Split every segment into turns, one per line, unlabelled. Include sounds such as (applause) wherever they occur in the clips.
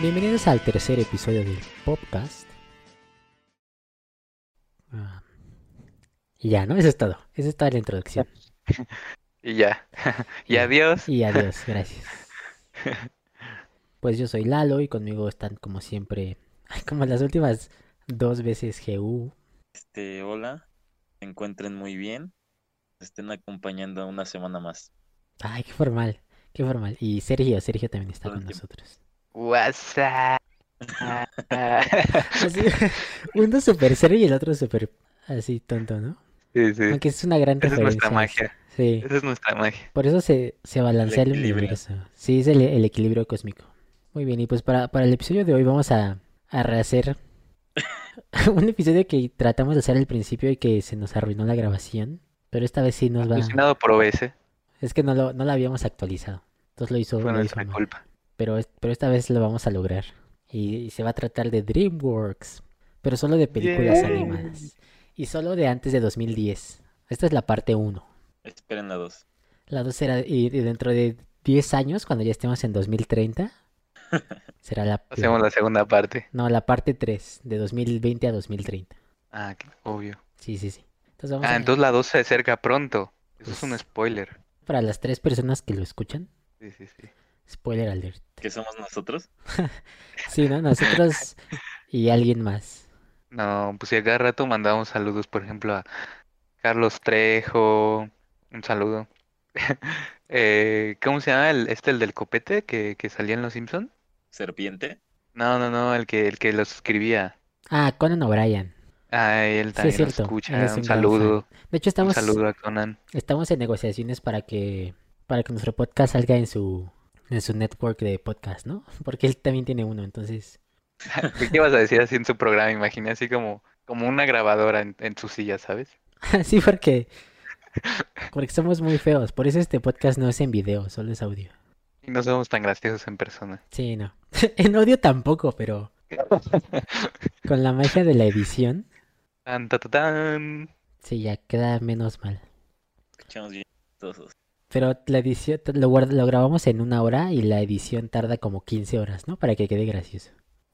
Bienvenidos al tercer episodio del podcast. Ah, y ya, ¿no? Eso es todo. Esa es toda la introducción.
Y ya. (laughs) y adiós.
Y adiós,
(laughs)
gracias. Pues yo soy Lalo y conmigo están como siempre, (laughs) como las últimas dos veces GU.
Este, hola, se encuentren muy bien, se estén acompañando una semana más.
Ay, qué formal, qué formal. Y Sergio, Sergio también está
Todo el
con
tiempo.
nosotros.
What's
(laughs)
up?
Así, (laughs) uno super serio y el otro super así tonto, ¿no?
sí, sí.
Aunque es una gran
Esa es
referencia,
nuestra magia.
Sí,
Esa es nuestra magia.
por eso se, se balancea el,
equilibrio.
universo. Sí, es el, el equilibrio cósmico. Muy bien, y pues para, para el episodio de hoy vamos a, a rehacer (laughs) un episodio que tratamos de hacer al principio y que se nos arruinó la grabación. Pero esta vez sí nos va.
Patrocinado por OBS.
Es que no lo, no la habíamos actualizado. Entonces lo hizo,
Fue
lo hizo
nuestra
mal.
culpa.
Pero, es- pero esta vez lo vamos a lograr. Y, y se va a tratar de DreamWorks. Pero solo de películas
Yay.
animadas. Y solo de antes de 2010. Esta es la parte 1.
Esperen la dos.
La 2 será. Y, y dentro de 10 años, cuando ya estemos en 2030,
(laughs)
será la.
Hacemos la segunda parte.
No, la parte 3. De 2020 a 2030.
Ah, claro, obvio.
Sí, sí, sí. Entonces vamos
Ah,
a.
entonces la 2 se acerca pronto. Eso es un
Pues-
spoiler.
Para las tres personas que lo escuchan,
Sí, sí, sí.
spoiler alert.
¿Qué somos nosotros?
Sí, ¿no? Nosotros y alguien más.
No, pues si a cada rato mandamos saludos, por ejemplo, a Carlos Trejo. Un saludo. (laughs) Eh, ¿cómo se llama? El, este, el del copete que, que salía en Los Simpson
¿Serpiente?
No, no, no, el que, el que los escribía.
Ah, Conan O'Brien.
Ah, él
es
también nos
cierto, él
escucha.
es un gran fan.
Un saludo.
De hecho,
Un
estamos,
saludo a Conan.
estamos en negociaciones para que, para que nuestro podcast salga en su, en su network de podcast, ¿no? (laughs) Porque él también tiene uno, entonces.
¿Qué ibas a decir así en su programa? Imaginé así como, como una grabadora en, en su silla, ¿sabes?
(laughs) sí, porque. Porque somos muy feos. Por eso este podcast no es en video, solo es audio.
Y no somos tan graciosos en persona.
Sí, no. (laughs) en audio tampoco, pero. Con la magia de la edición,
Tan, ta, ta, tan.
sí, ya queda menos mal.
Escuchamos bien todos.
Pero la edición lo, guard- lo grabamos en una hora y la edición tarda como 15 horas, ¿no? Para que quede gracioso.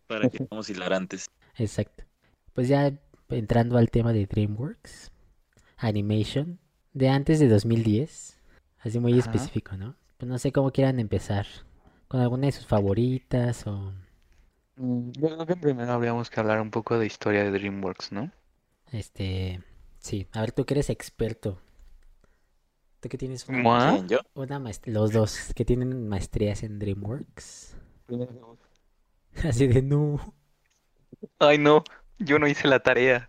Para que seamos hilarantes.
Exacto. Pues ya entrando al tema de DreamWorks, Animation, de antes de 2010, así muy
Ajá.
específico, ¿no? Pues no sé cómo quieran empezar, con alguna de sus favoritas o...
Mm, Yo creo que primero habríamos que hablar un poco de historia de DreamWorks, ¿no?
Este... Sí, a ver, tú que eres experto. Tú que tienes una,
¿Mua?
¿Quién, yo?
una maest- Los dos que tienen maestrías en DreamWorks. (laughs) Así de no.
Ay, no, yo no hice la tarea.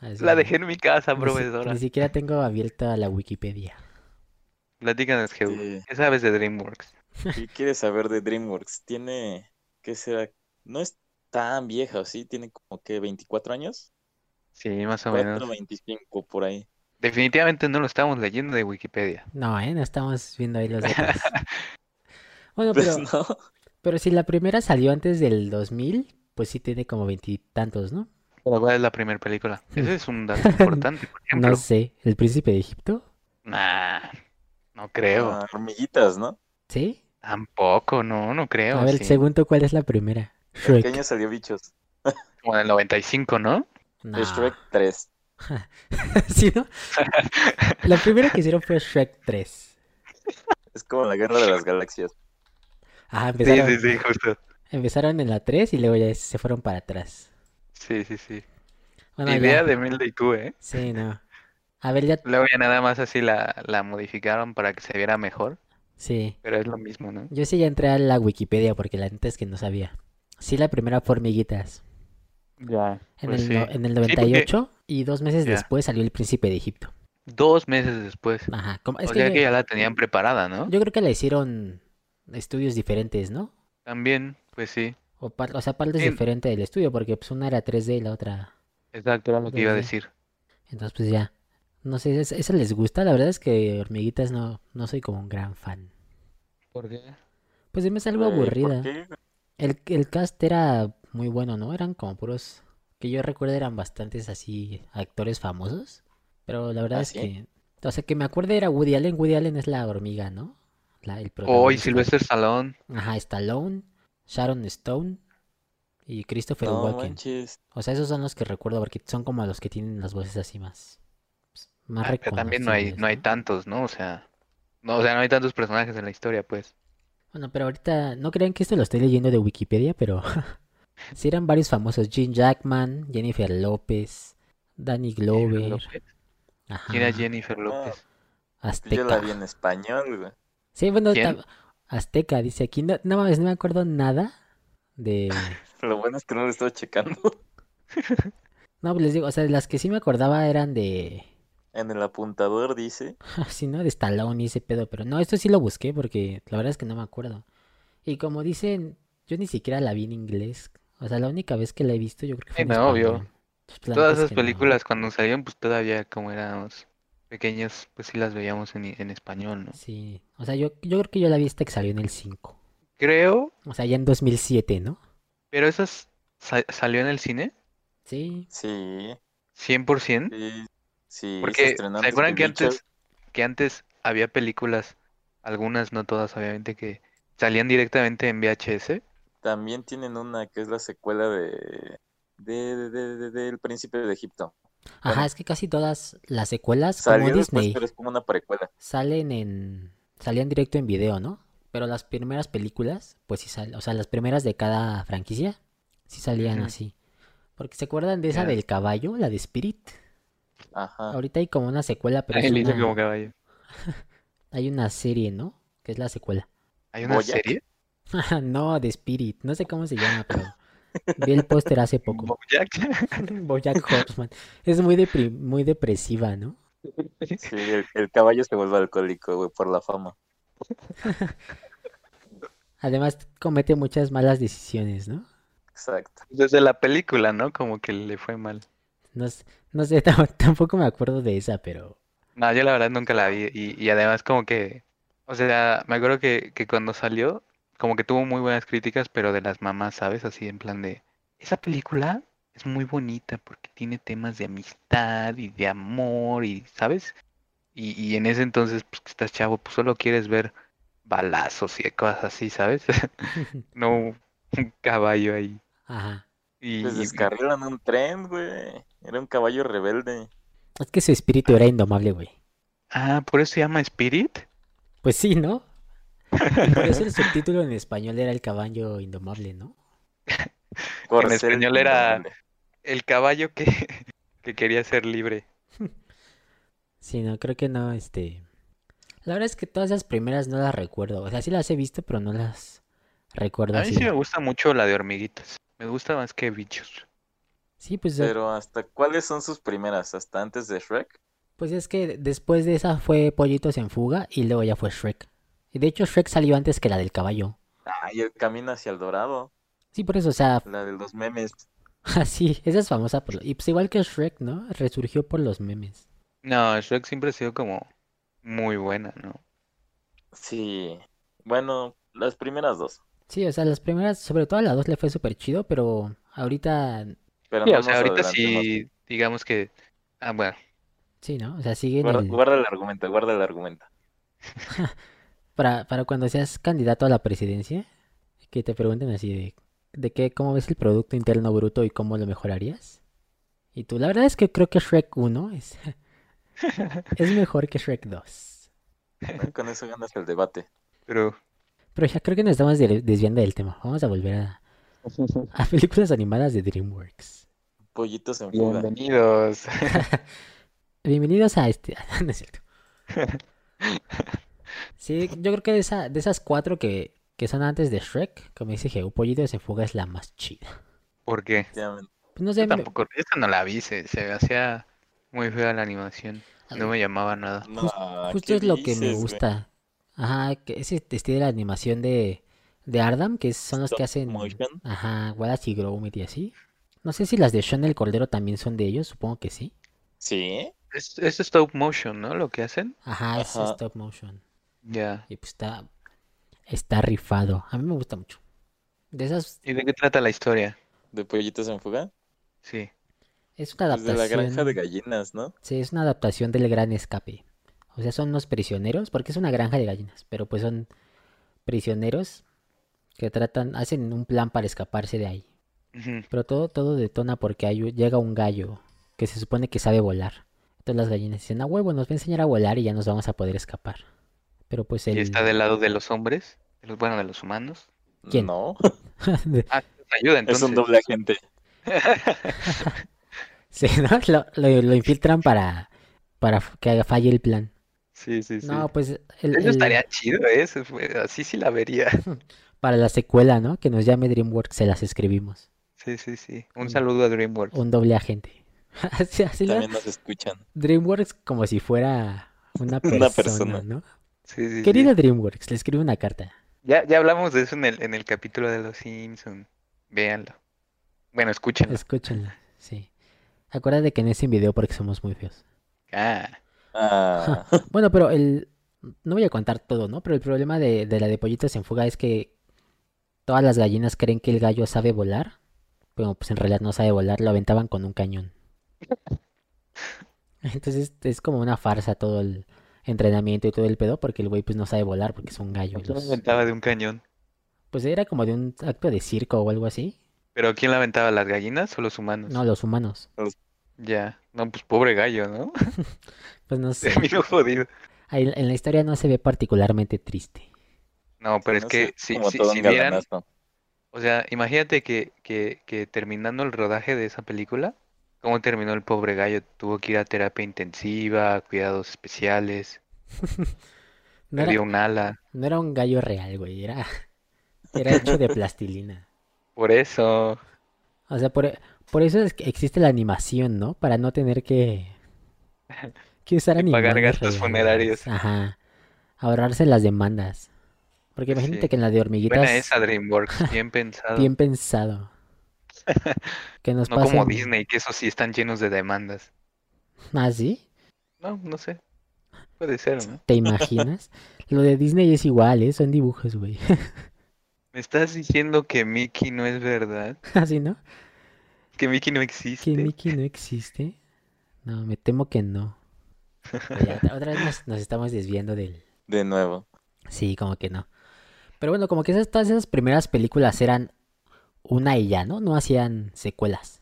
así
La
de,
dejé en mi casa,
"Ni si-
profesora.
Ni siquiera tengo abierta la Wikipedia.
Platícanos, Geu.
Sí.
¿Qué sabes de DreamWorks?
¿Qué quieres saber de DreamWorks? Tiene, ¿qué será? No es tan vieja, ¿o ¿sí? Tiene como que 24 años.
Sí, más o
4,
menos.
25 por ahí.
Definitivamente no lo estamos leyendo de Wikipedia.
No, ¿eh? No estamos viendo ahí los datos. Bueno, pero...
Pues (laughs) no.
Pero si la primera salió antes del 2000, pues sí tiene como veintitantos, ¿no?
Pero ¿cuál es la primera película? Ese es un dato
(laughs)
importante, por ejemplo.
No sé, ¿El Príncipe de Egipto?
Nah, no creo.
Ah, hormiguitas, ¿no?
¿Sí?
Tampoco, no, no creo.
A ver,
sí.
según tú, ¿cuál es la primera?
¿En qué
Shrek.
año salió Bichos?
Como en el 95, ¿no?
No.
Shrek 3.
(laughs) ¿Sí,
(laughs)
no? La primera que hicieron fue Shrek 3.
Es como la guerra de las galaxias.
Ah,
Sí,
empezaron,
sí, sí, justo.
empezaron en la 3 y luego ya se fueron para atrás.
Sí, sí, sí.
Bueno, Ah,
Idea
ya.
de Mel de IQ, ¿eh?
Sí, no. A ver, ya...
Luego ya nada más así la, la modificaron para que se viera mejor,
Sí.
pero es lo mismo, ¿no?
Yo sí ya entré a la Wikipedia porque la neta es que no sabía. Sí, la primera fue Hormiguitas.
Ya.
En,
Pues
el,
sí.
no- en el
porque-
98 y dos meses
Ya.
después salió El Príncipe de Egipto.
Dos meses después.
Ajá, como- es
o
que
sea
yo,
que ya la tenían preparada, ¿no?
yo creo que la hicieron estudios diferentes, ¿no?
También, pues sí.
O, par- o sea, partes
Sí.
diferentes del estudio, porque pues una era 3D y la otra.
Exacto, era lo que iba a decir.
Entonces, pues ya. No sé, ¿es- ¿esa les gusta? La verdad es que hormiguitas no, no soy como un gran fan.
¿Por qué?
Pues se me es algo
Eh,
Güey, ¿por
aburrida.
qué?
El, el cast era muy bueno, ¿no? Eran como puros. Que yo recuerdo eran bastantes así actores famosos. Pero la verdad
¿Ah,
es
sí?
que. O sea, que me acuerdo era Woody Allen. Woody Allen es la hormiga, ¿no? La, el
Hoy
protagonista.
Silvestre Stallone.
Ajá, Stallone. Sharon Stone y Christopher
no
Walken.
manches.
O sea, esos son los que recuerdo porque son como los que tienen las voces así más, pues, más
Ah, pero también no hay,
reconocibles,
no hay tantos, ¿no? O sea, no, o sea, no hay tantos personajes en la historia, pues.
Bueno, pero ahorita no crean que esto lo estoy leyendo de Wikipedia, pero (laughs) sí eran varios famosos. Gene Jackman, Jennifer López, Danny Glover.
López.
Ajá,
¿Quién era Jennifer López?
Yo la vi
Azteca.
en español, güey.
Sí, bueno,
¿Quién?
ta- Azteca, dice aquí. No, no mames, no me acuerdo nada
(laughs)
de...
Lo bueno es que no lo estaba checando (laughs)
No, pues les digo, o sea, las que sí me acordaba eran de... (laughs)
en el apuntador, dice.
Así, ¿no? De Stallone y ese pedo. Pero no, esto sí lo busqué porque la verdad es que no me acuerdo. Y como dicen, yo ni siquiera la vi en inglés. O sea, la única vez que la he visto yo creo que fue
Sí,
en
no, obvio.
español. Pues, la neta
Todas
es
esas
que no.
películas cuando salieron, pues todavía como éramos pequeños, pues sí las veíamos en, en español, ¿no?
Sí. O sea, yo, yo creo que yo la vi hasta que salió en el 5.
Creo,
O sea, ya en 2007, ¿no?
pero esas sa- salió en el cine,
Sí.
Sí,
100%.
sí, sí.
Porque,
estrenó
¿se acuerdan que
Richard?
antes, que antes había películas, algunas, no todas, obviamente, que salían directamente en VHS?
También tienen una que es la secuela de... De, de, de, de- de El Príncipe de Egipto.
Ajá,
Bueno.
es que casi todas las secuelas, como
Salió después,
Disney,
pero es como una precuela.
salen en... Salían directo en video, ¿no? Pero las primeras películas, pues sí salen... O sea, las primeras de cada franquicia, sí salían
Ujú.
así. Porque se acuerdan de esa
Ya.
del caballo, la de Spirit.
Ajá.
Ahorita hay como una secuela, pero es
El hilo
una-
como caballo.
hay una serie, ¿no? Que es la secuela. (laughs)
¿Hay una
Boyac.
serie?
no, de Spirit. No sé cómo se llama, pero vi el póster hace poco.
Boyac.
(laughs) Bojack Horseman. Es muy, depri- muy depresiva, ¿no?
Sí, el, el caballo se vuelve alcohólico, güey, por la fama.
Además comete muchas malas decisiones, ¿no?
Exacto.
pues, Desde la película, ¿no? Como que le fue mal.
No, s- no sé, (laughs) tam- tampoco me acuerdo de esa, pero... (laughs)
No, yo la verdad nunca la vi y, y además como que, o sea, me acuerdo que, que cuando salió, como que tuvo muy buenas críticas, pero de las mamás, ¿sabes? Así en plan de, esa película es muy bonita porque tiene temas de amistad y de amor y, ¿sabes? Y, y en ese entonces, pues que estás chavo, pues solo quieres ver balazos y cosas así, ¿sabes? (laughs) No un un caballo ahí.
Ajá.
Y,
Les
y-
descarrilan un tren, güey. Era un caballo rebelde.
Es que su espíritu era indomable, güey.
ah, por eso se llama Spirit.
Pues sí, ¿no? Y Por eso el subtítulo en español era El caballo indomable, ¿no?
Por
En
ser el
español era-
indomable.
El caballo que, (laughs) que quería ser libre.
Sí, no, creo que no, este... La verdad es que todas esas primeras no las recuerdo. O sea, sí las he visto, pero no las recuerdo
A mí
así.
sí me gusta mucho la de hormiguitas. Me gusta más que bichos.
Sí, pues, eh,
Pero hasta cuáles son sus primeras, hasta antes de Shrek.
pues es que después de esa fue Pollitos en Fuga y luego ya fue Shrek. Y de hecho Shrek salió antes que la del caballo.
Ah, y el camino hacia el dorado,
Sí, por eso, o sea, (laughs)
la de los memes.
así, esa es famosa por... lo- Y pues igual que Shrek, ¿no? Resurgió por los memes.
No, Shrek siempre ha sido como muy buena, ¿no?
Sí. Bueno, las primeras dos.
Sí, o sea, las primeras, sobre todo a la 2 le fue súper chido, pero ahorita,
Pero
Sí,
no
o sea,
nos
ahorita
adelantemos.
sí, digamos que... Ah, bueno,
sí, ¿no? O sea, sigue en
Guarda,
el...
guarda el argumento, guarda el (laughs) argumento.
Para, para cuando seas candidato a la presidencia, que te pregunten así de, de qué, cómo ves el Producto Interno Bruto y cómo lo mejorarías. Y tú, la verdad es que creo que Shrek 1 es, (laughs) es mejor que Shrek 2.
¿no? Con eso ganas el debate.
pero...
Pero ya creo que nos estamos de- desviando del tema. Vamos a volver a, a (laughs) películas animadas de DreamWorks.
Pollitos en fuga.
Bienvenidos.
Bienvenidos a este... (laughs) no es cierto. Sí, yo creo que de, esa, de esas cuatro que, que son antes de Shrek, como dice Geo, Pollitos en Fuga es la más chida.
¿Por qué?
Efectivamente.
Pues no sé,
Yo
me-
tampoco, esta no la vi, se, se me hacía muy fea la animación. No me llamaba nada.
No,
Justo
Ah, ¿qué
es lo que me
dices, güey?
gusta. Ajá, que ese estilo de la animación de, de Ardam, que son los que
Stop
hacen.
motion.
Ajá, Wallace y Gromit y así. No sé si las de Sean el Cordero también son de ellos, supongo que sí.
Sí,
Es, es stop motion, ¿no? Lo que hacen.
Ajá, es
Ajá.
stop motion.
Ya.
Y pues está. Está rifado. A mí me gusta mucho. De esas.
¿Y de qué trata la historia?
de pollitos en fuga.
Sí.
Es una
Pues de
adaptación.
la granja de gallinas, ¿no?
Sí, es una adaptación del Gran Escape. O sea, son unos prisioneros, porque es una granja de gallinas, pero pues son prisioneros que tratan, hacen un plan para escaparse de ahí.
Ujú.
Pero todo, todo detona porque hay, llega un gallo que se supone que sabe volar. Entonces las gallinas dicen, ah, huevo, nos va a enseñar a volar y ya nos vamos a poder escapar. Pero pues el...
Y está del lado de los hombres, de los, bueno, de los humanos.
¿Quién?
No,
(laughs)
(laughs)
de-
Ah, nos ayuda
es
entonces.
un doble agente.
sí, ¿no? Lo, lo- lo infiltran para, para que falle el plan.
Sí, sí, sí.
No, pues el-
Eso
el-
estaría chido, ¿eh? Eso fue- Así sí la vería.
para la secuela, ¿no? Que nos llame DreamWorks, se las escribimos.
(laughs) Sí, sí, sí. Un
Un-
saludo a DreamWorks.
Mm. Un doble agente. (laughs) Así- así la-
También nos escuchan.
DreamWorks como si fuera
(laughs)
una persona,
Una persona.
¿no?
Sí, sí, sí.
Querido DreamWorks, le escribo una carta.
Ya, ya hablamos de eso en el, en el capítulo de Los Simpson. Véanlo. Bueno, escúchenlo.
Escúchenla, sí. Acuérdate que no es en video porque somos muy feos.
Ah,
Ah,
Bueno, pero el... No voy a contar todo, ¿no? Pero el problema de, de la de pollitos en fuga es que todas las gallinas creen que el gallo sabe volar. Pero pues en realidad no sabe volar, lo aventaban con un cañón. Entonces es como una farsa todo el entrenamiento y todo el pedo porque el güey pues no sabe volar porque es un gallo.
¿por qué la
los-
aventaba de un cañón?
Pues era como de un acto de circo o algo así.
¿Pero quién la aventaba? ¿Las gallinas o los humanos?
No, los humanos.
Ya. No, pues pobre gallo, ¿no? (laughs)
Pues no sé.
Terminó jodido.
Ahí En la historia no se ve particularmente triste.
No, (laughs) pero es
no
que
sé,
si,
como
si-
todo
si vieran,
engalanazo.
o sea, imagínate que, que, que terminando el rodaje de esa película, ¿cómo terminó el pobre gallo? Tuvo que ir a terapia intensiva, a cuidados especiales,
No
perdió
era,
un ala.
no era un gallo real, güey. Era, (laughs) era hecho de plastilina.
Por eso.
O sea, por, por eso es que existe la animación, ¿no? Para no tener
(laughs)
que, que usar
Y pagar
animales
gastos
reales.
funerarios.
Ajá. Ahorrarse las demandas. Porque
Pues
imagínate
sí.
que en la de
Buena
hormiguitas,
esa DreamWorks, bien pensado.
bien
(laughs)
pensado. Que nos
No como
pasen-
Disney, que esos sí están llenos de demandas.
¿Ah, sí?
No, no sé. Puede ser, ¿no?
¿Te
(laughs)
imaginas? Lo de Disney es igual, ¿eh? Son dibujos, güey. (laughs)
¿Me estás diciendo que Mickey no es verdad?
Así, ¿no?
¿Que Mickey no
¿Que
existe?
Mickey no existe? No, me temo que
(laughs)
no. Pero ya, otra vez nos, nos estamos desviando del...
De nuevo.
Sí, como que no. Pero bueno, como que esas, todas esas primeras películas eran una y ya, ¿no? No hacían secuelas.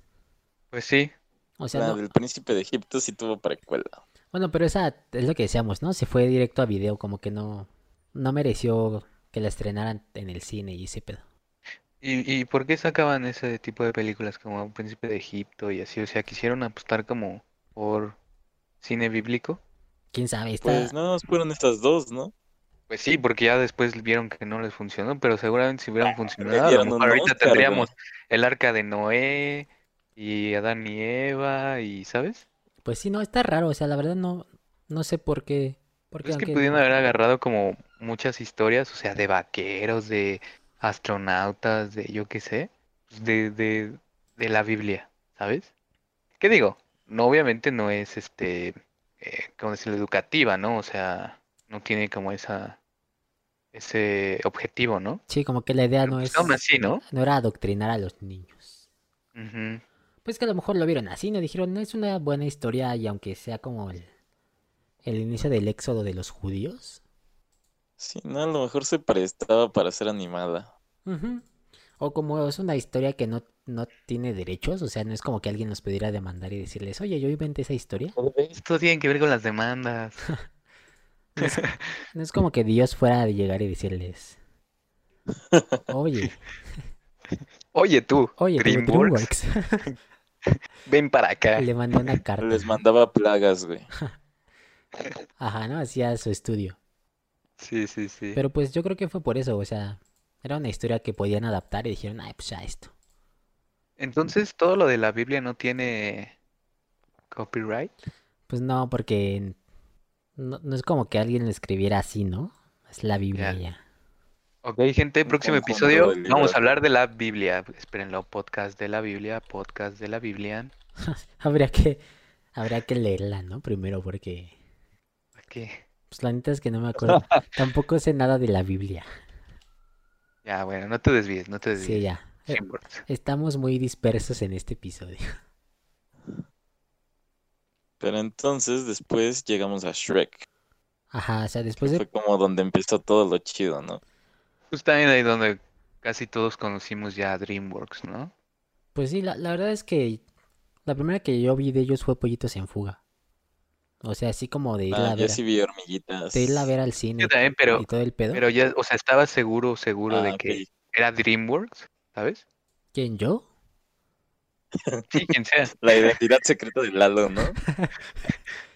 Pues sí.
O sea,
La
no-
del príncipe de Egipto sí tuvo precuela.
bueno, pero esa es lo que decíamos, ¿no? Se fue directo a video, como que no, no mereció que la estrenaran en el cine y ese pedo.
¿Y, y por qué sacaban ese tipo de películas como Un Príncipe de Egipto y así? O sea, quisieron apostar como por cine bíblico.
¿Quién sabe? Esta...
Pues nada más fueron estas dos, ¿no?
Pues sí, porque ya después vieron que no les funcionó, pero seguramente si hubieran funcionado, a lo
Ah, dieron un
mejor ahorita
Oscar, güey.
tendríamos el arca de Noé y Adán y Eva y, ¿sabes?
Pues sí, no, está raro, o sea, la verdad no, no sé por qué. Porque
Es que
aunque-
pudieron haber agarrado como muchas historias, o sea, de vaqueros, de astronautas, de yo qué sé, pues, de, de, de la Biblia, ¿sabes? ¿Qué digo? No, obviamente no es este, eh, ¿cómo decirlo? Educativa, ¿no? O sea, no tiene como esa, ese objetivo, ¿no?
Sí, como que la idea
Pero,
no
pues,
es,
aún así, ¿no?
no era adoctrinar a los niños.
Ujú.
Pues que a lo mejor lo vieron así, no dijeron, es una buena historia y aunque sea como el, el inicio del éxodo de los judíos.
Sí, no, a lo mejor se prestaba para ser animada.
Ujú. O como es una historia que no, no tiene derechos, o sea, no es como que alguien nos pudiera demandar y decirles, oye, yo inventé esa historia.
Esto Pues, tiene que ver con
(laughs)
las demandas.
No es, no es como que Dios fuera a llegar y decirles, oye,
Oye tú,
oye, tú,
DreamWorks, (laughs)
DreamWorks, (laughs)
ven para acá.
le mandé una carta.
Les mandaba plagas, güey.
Ajá, ¿no? Hacía su estudio.
Sí, sí, sí.
Pero pues yo creo que fue por eso, o sea, era una historia que podían adaptar y dijeron, ay, pues ya esto.
Entonces, todo lo de la Biblia no tiene copyright.
Pues no, porque no, no es como que alguien lo escribiera así, ¿no? Es la Biblia
Ya.
ya.
Ok, gente,
Un
próximo
conjunto
episodio
de
vamos
libros.
a hablar de la Biblia. Espérenlo, podcast de la Biblia, podcast de la Biblia.
(laughs) Habría que, habría que leerla, ¿no? Primero, porque
Aquí.
pues la neta es que no me acuerdo. Tampoco sé nada de la Biblia.
Ya, bueno, no te desvíes, no te
Sí,
desvíes.
ya. Eh,
DreamWorks.
Estamos muy dispersos en este episodio. (laughs)
Pero entonces después llegamos a Shrek,
Ajá, o sea,
que
después de...
fue como donde empezó todo lo chido, ¿no?
Pues también ahí donde casi todos conocimos ya a DreamWorks, ¿no?
Pues sí, la, la verdad es que la primera que yo vi de ellos fue Pollitos en Fuga. O sea, así como de ir a
Ah, yo
ver,
sí vi hormiguitas.
de ir a ver al cine
Yo también, pero,
y todo el pedo.
pero ya, o sea, estaba seguro, seguro
Ah,
de que
ok.
era DreamWorks,
(laughs)
¿sabes?
¿Quién yo?
Sí, quien sea.
La identidad secreta de Lalo, ¿no?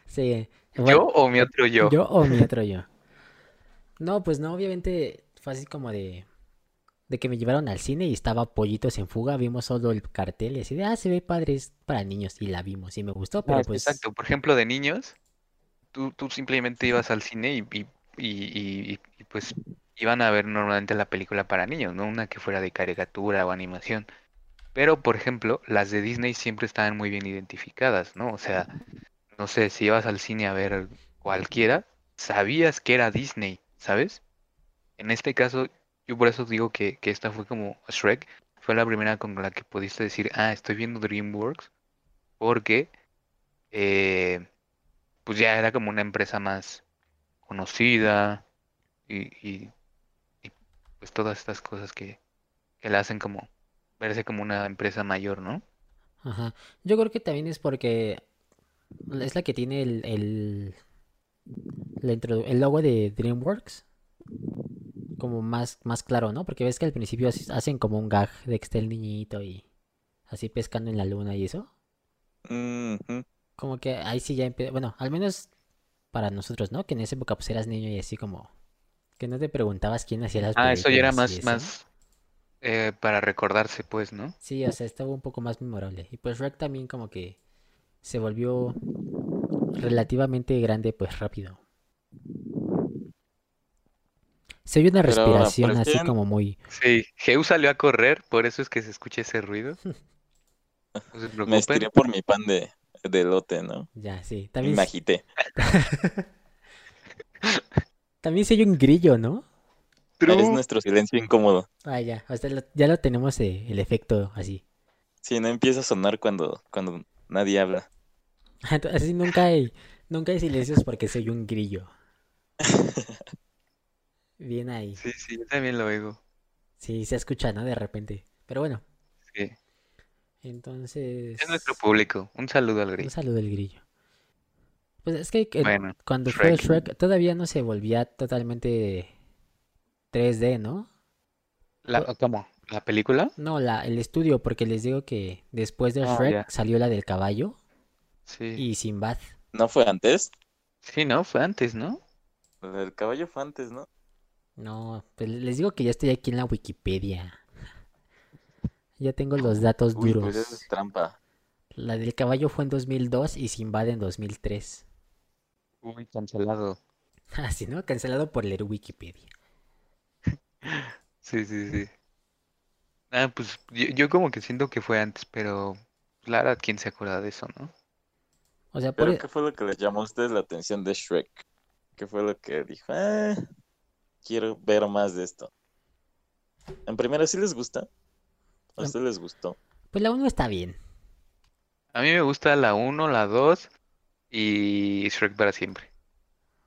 Sí.
¿Yo
bueno,
o mi otro yo?
Yo o mi otro yo. No, pues no, obviamente fue así como de de que me llevaron al cine y estaba Pollitos en Fuga, vimos solo el cartel y así de, ah, se ve padre, es para niños y la vimos y me gustó, pero
Ah,
pues
Exacto, por ejemplo, de niños, tú, tú simplemente ibas al cine y, y, y- y- y, pues iban a ver normalmente la película para niños, no una que fuera de caricatura o animación. Pero, por ejemplo, las de Disney siempre estaban muy bien identificadas, ¿no? O sea, no sé, si ibas al cine a ver cualquiera, sabías que era Disney, ¿sabes? En este caso, yo por eso digo que, que esta fue como Shrek, fue la primera con la que pudiste decir, ah, estoy viendo DreamWorks, porque eh, pues ya era como una empresa más conocida y, y- y, pues todas estas cosas que, que la hacen como verse como una empresa mayor, ¿no?
Ajá. Yo creo que también es porque es la que tiene el, el, la introdu- el logo de DreamWorks como más, más claro, ¿no? Porque ves que al principio hace- hacen como un gag de que está el niñito y así pescando en la luna y eso.
Ujú.
Como que ahí sí ya empieza, bueno, al menos para nosotros, ¿no? Que en esa época pues eras niño y así como que no te preguntabas quién hacía las
Ah, eso ya era
películas y
más,
eso.
más eh, para recordarse, pues, ¿no?
Sí, o sea, estaba un poco más memorable. Y pues Shrek también como que se volvió relativamente grande pues rápido. Se oye una
Pero ahora, por
respiración
pues,
así
ejemplo-
como muy...
Sí, Geu salió a correr, por eso es que se escucha ese ruido.
(laughs)
No se
Me
preocupen.
estiré por mi pan de, de elote, ¿no?
Ya, sí.
Y
También,
me agité.
también se oye un grillo, ¿no?
Es
True.
nuestro silencio incómodo.
Ah, ya. O sea, lo- ya lo tenemos eh, el efecto así.
Sí, no empieza a sonar cuando, cuando nadie habla.
(laughs) Así nunca hay, nunca hay silencios porque se oye un grillo. Bien ahí.
Sí, sí, yo también lo oigo.
Sí, se escucha, ¿no? De repente. Pero bueno,
Sí.
entonces...
Es nuestro público. Un saludo al
Un
gris.
saludo del grillo. Pues es que que
Bueno,
cuando fue
Shrek.
Shrek todavía no se volvía totalmente 3D, ¿no?
La, ¿cómo? ¿La película?
No, la, el estudio, porque les digo que después de
Ah,
Shrek
ya.
salió la del caballo
Sí.
y Sinbad.
¿No fue antes?
Sí, ¿no? Fue antes, ¿no?
El caballo fue antes, ¿no?
No, pues les digo que ya estoy aquí en la Wikipedia. (laughs) Ya tengo los datos
Uy,
duros.
pues eso es trampa.
La del caballo fue en 2002 y Sinbad en 2003.
Uy, cancelado.
(laughs) Así, ¿no? Cancelado por leer Wikipedia.
Sí, sí, sí. Ah, pues yo, yo como que siento que fue antes, pero la verdad, ¿quién se acuerda de eso, no?
O sea, por... e
¿Pero qué fue lo que les llamó a ustedes la atención de Shrek? ¿Qué fue lo que dijo? "Ah, quiero ver más de esto. En primera, ¿sí les gusta? ¿A
Em-
ustedes les gustó?
Pues la 1 está bien.
A mí me gusta la 1, la 2 y Shrek para siempre.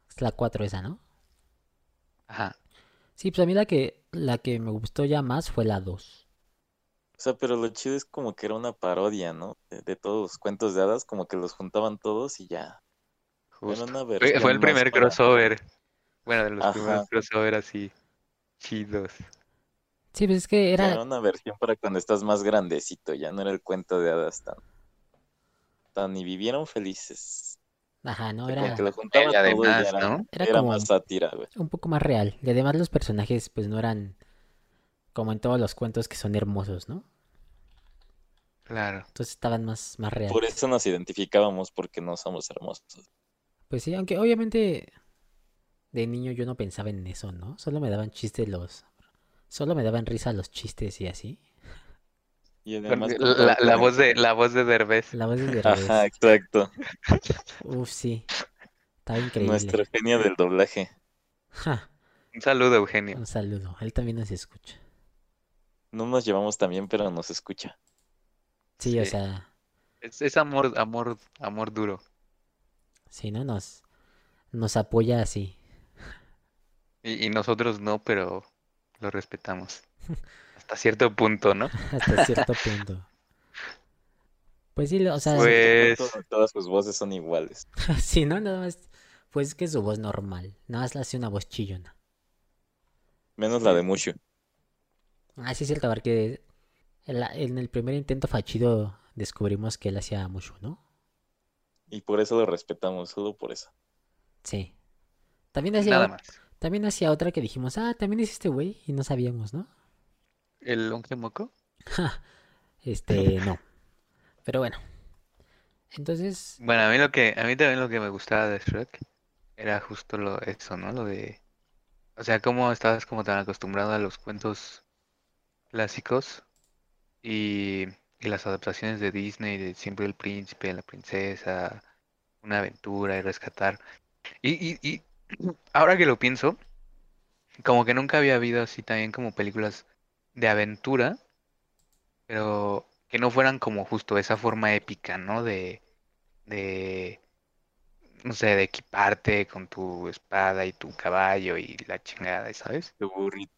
Es la 4 esa, ¿no?
Ajá.
Sí, pues a mí la que, la que me gustó ya más fue la 2.
O sea, pero lo chido es como que era una parodia, ¿no? De, de todos los cuentos de hadas, como que los juntaban todos y ya. Era
Justo.
una
Fue,
versión
fue el
más
primer
para-
crossover. Bueno, de los
Ajá.
primeros crossover así chidos.
Sí, pues es que
era
era...
una versión para cuando estás más grandecito, ya no era el cuento de hadas tan, tan y vivieron felices.
Ajá, no,
O sea, como
era,
que lo
Y
juntaban todo y ya
además,
era,
¿no?
era
era
como
más sátira, güey.
un poco más real. Y además los personajes pues no eran como en todos los cuentos que son hermosos, ¿no?
Claro.
Entonces estaban más, más reales.
Por eso nos identificábamos porque no somos hermosos.
Pues sí, aunque obviamente de niño yo no pensaba en eso, ¿no? Solo me daban chistes los... Solo me daban risa los chistes y así.
Y
Con-
además contaba
La, la
con-
voz de, la voz de Derbez.
La voz de
(laughs) Ajá,
Derbez.
exacto.
Uf, sí. Estaba increíble.
Nuestro genio del doblaje.
(laughs) Ja,
Un saludo, Eugenio.
un saludo. Él también nos escucha.
No nos llevamos tan bien, pero nos escucha.
Sí, o
Sí.
sea...
Es, es amor, amor, amor duro.
Sí, ¿no? Nos, nos apoya así. (laughs)
Y, y nosotros no, pero lo respetamos. hasta cierto punto, ¿no?
hasta
(laughs)
cierto punto. Pues sí, o sea, (laughs)
Pues-
Todo- Todas sus voces son iguales.
sí, ¿no? Nada más, pues es que es su voz normal, nada más le hace una voz chillona.
Menos la de Mushu.
Ah, sí es cierto, porque en, la- en el primer intento fachido descubrimos que él hacía Mushu, ¿no?
Y por eso lo respetamos, solo por eso.
Sí. También
Nada
hacía,
más.
también hacía otra que dijimos, ah, también es este güey, y no sabíamos, ¿no? (laughs)
¿El hombre moco?
Este,
(laughs)
no. Pero bueno. Entonces,
Bueno, a mí lo que, a mí también lo que me gustaba de Shrek era justo lo, eso, ¿no? Lo de, o sea, cómo estabas como tan acostumbrado a los cuentos clásicos y, y las adaptaciones de Disney, de siempre el príncipe, la princesa, una aventura y rescatar. Y, y, y (clears throat) ahora que lo pienso, como que nunca había habido así también como películas de aventura, pero que no fueran como justo esa forma épica, ¿no? De de, no sé, de equiparte con tu espada y tu caballo y la chingada, ¿sabes?
Tu burrito,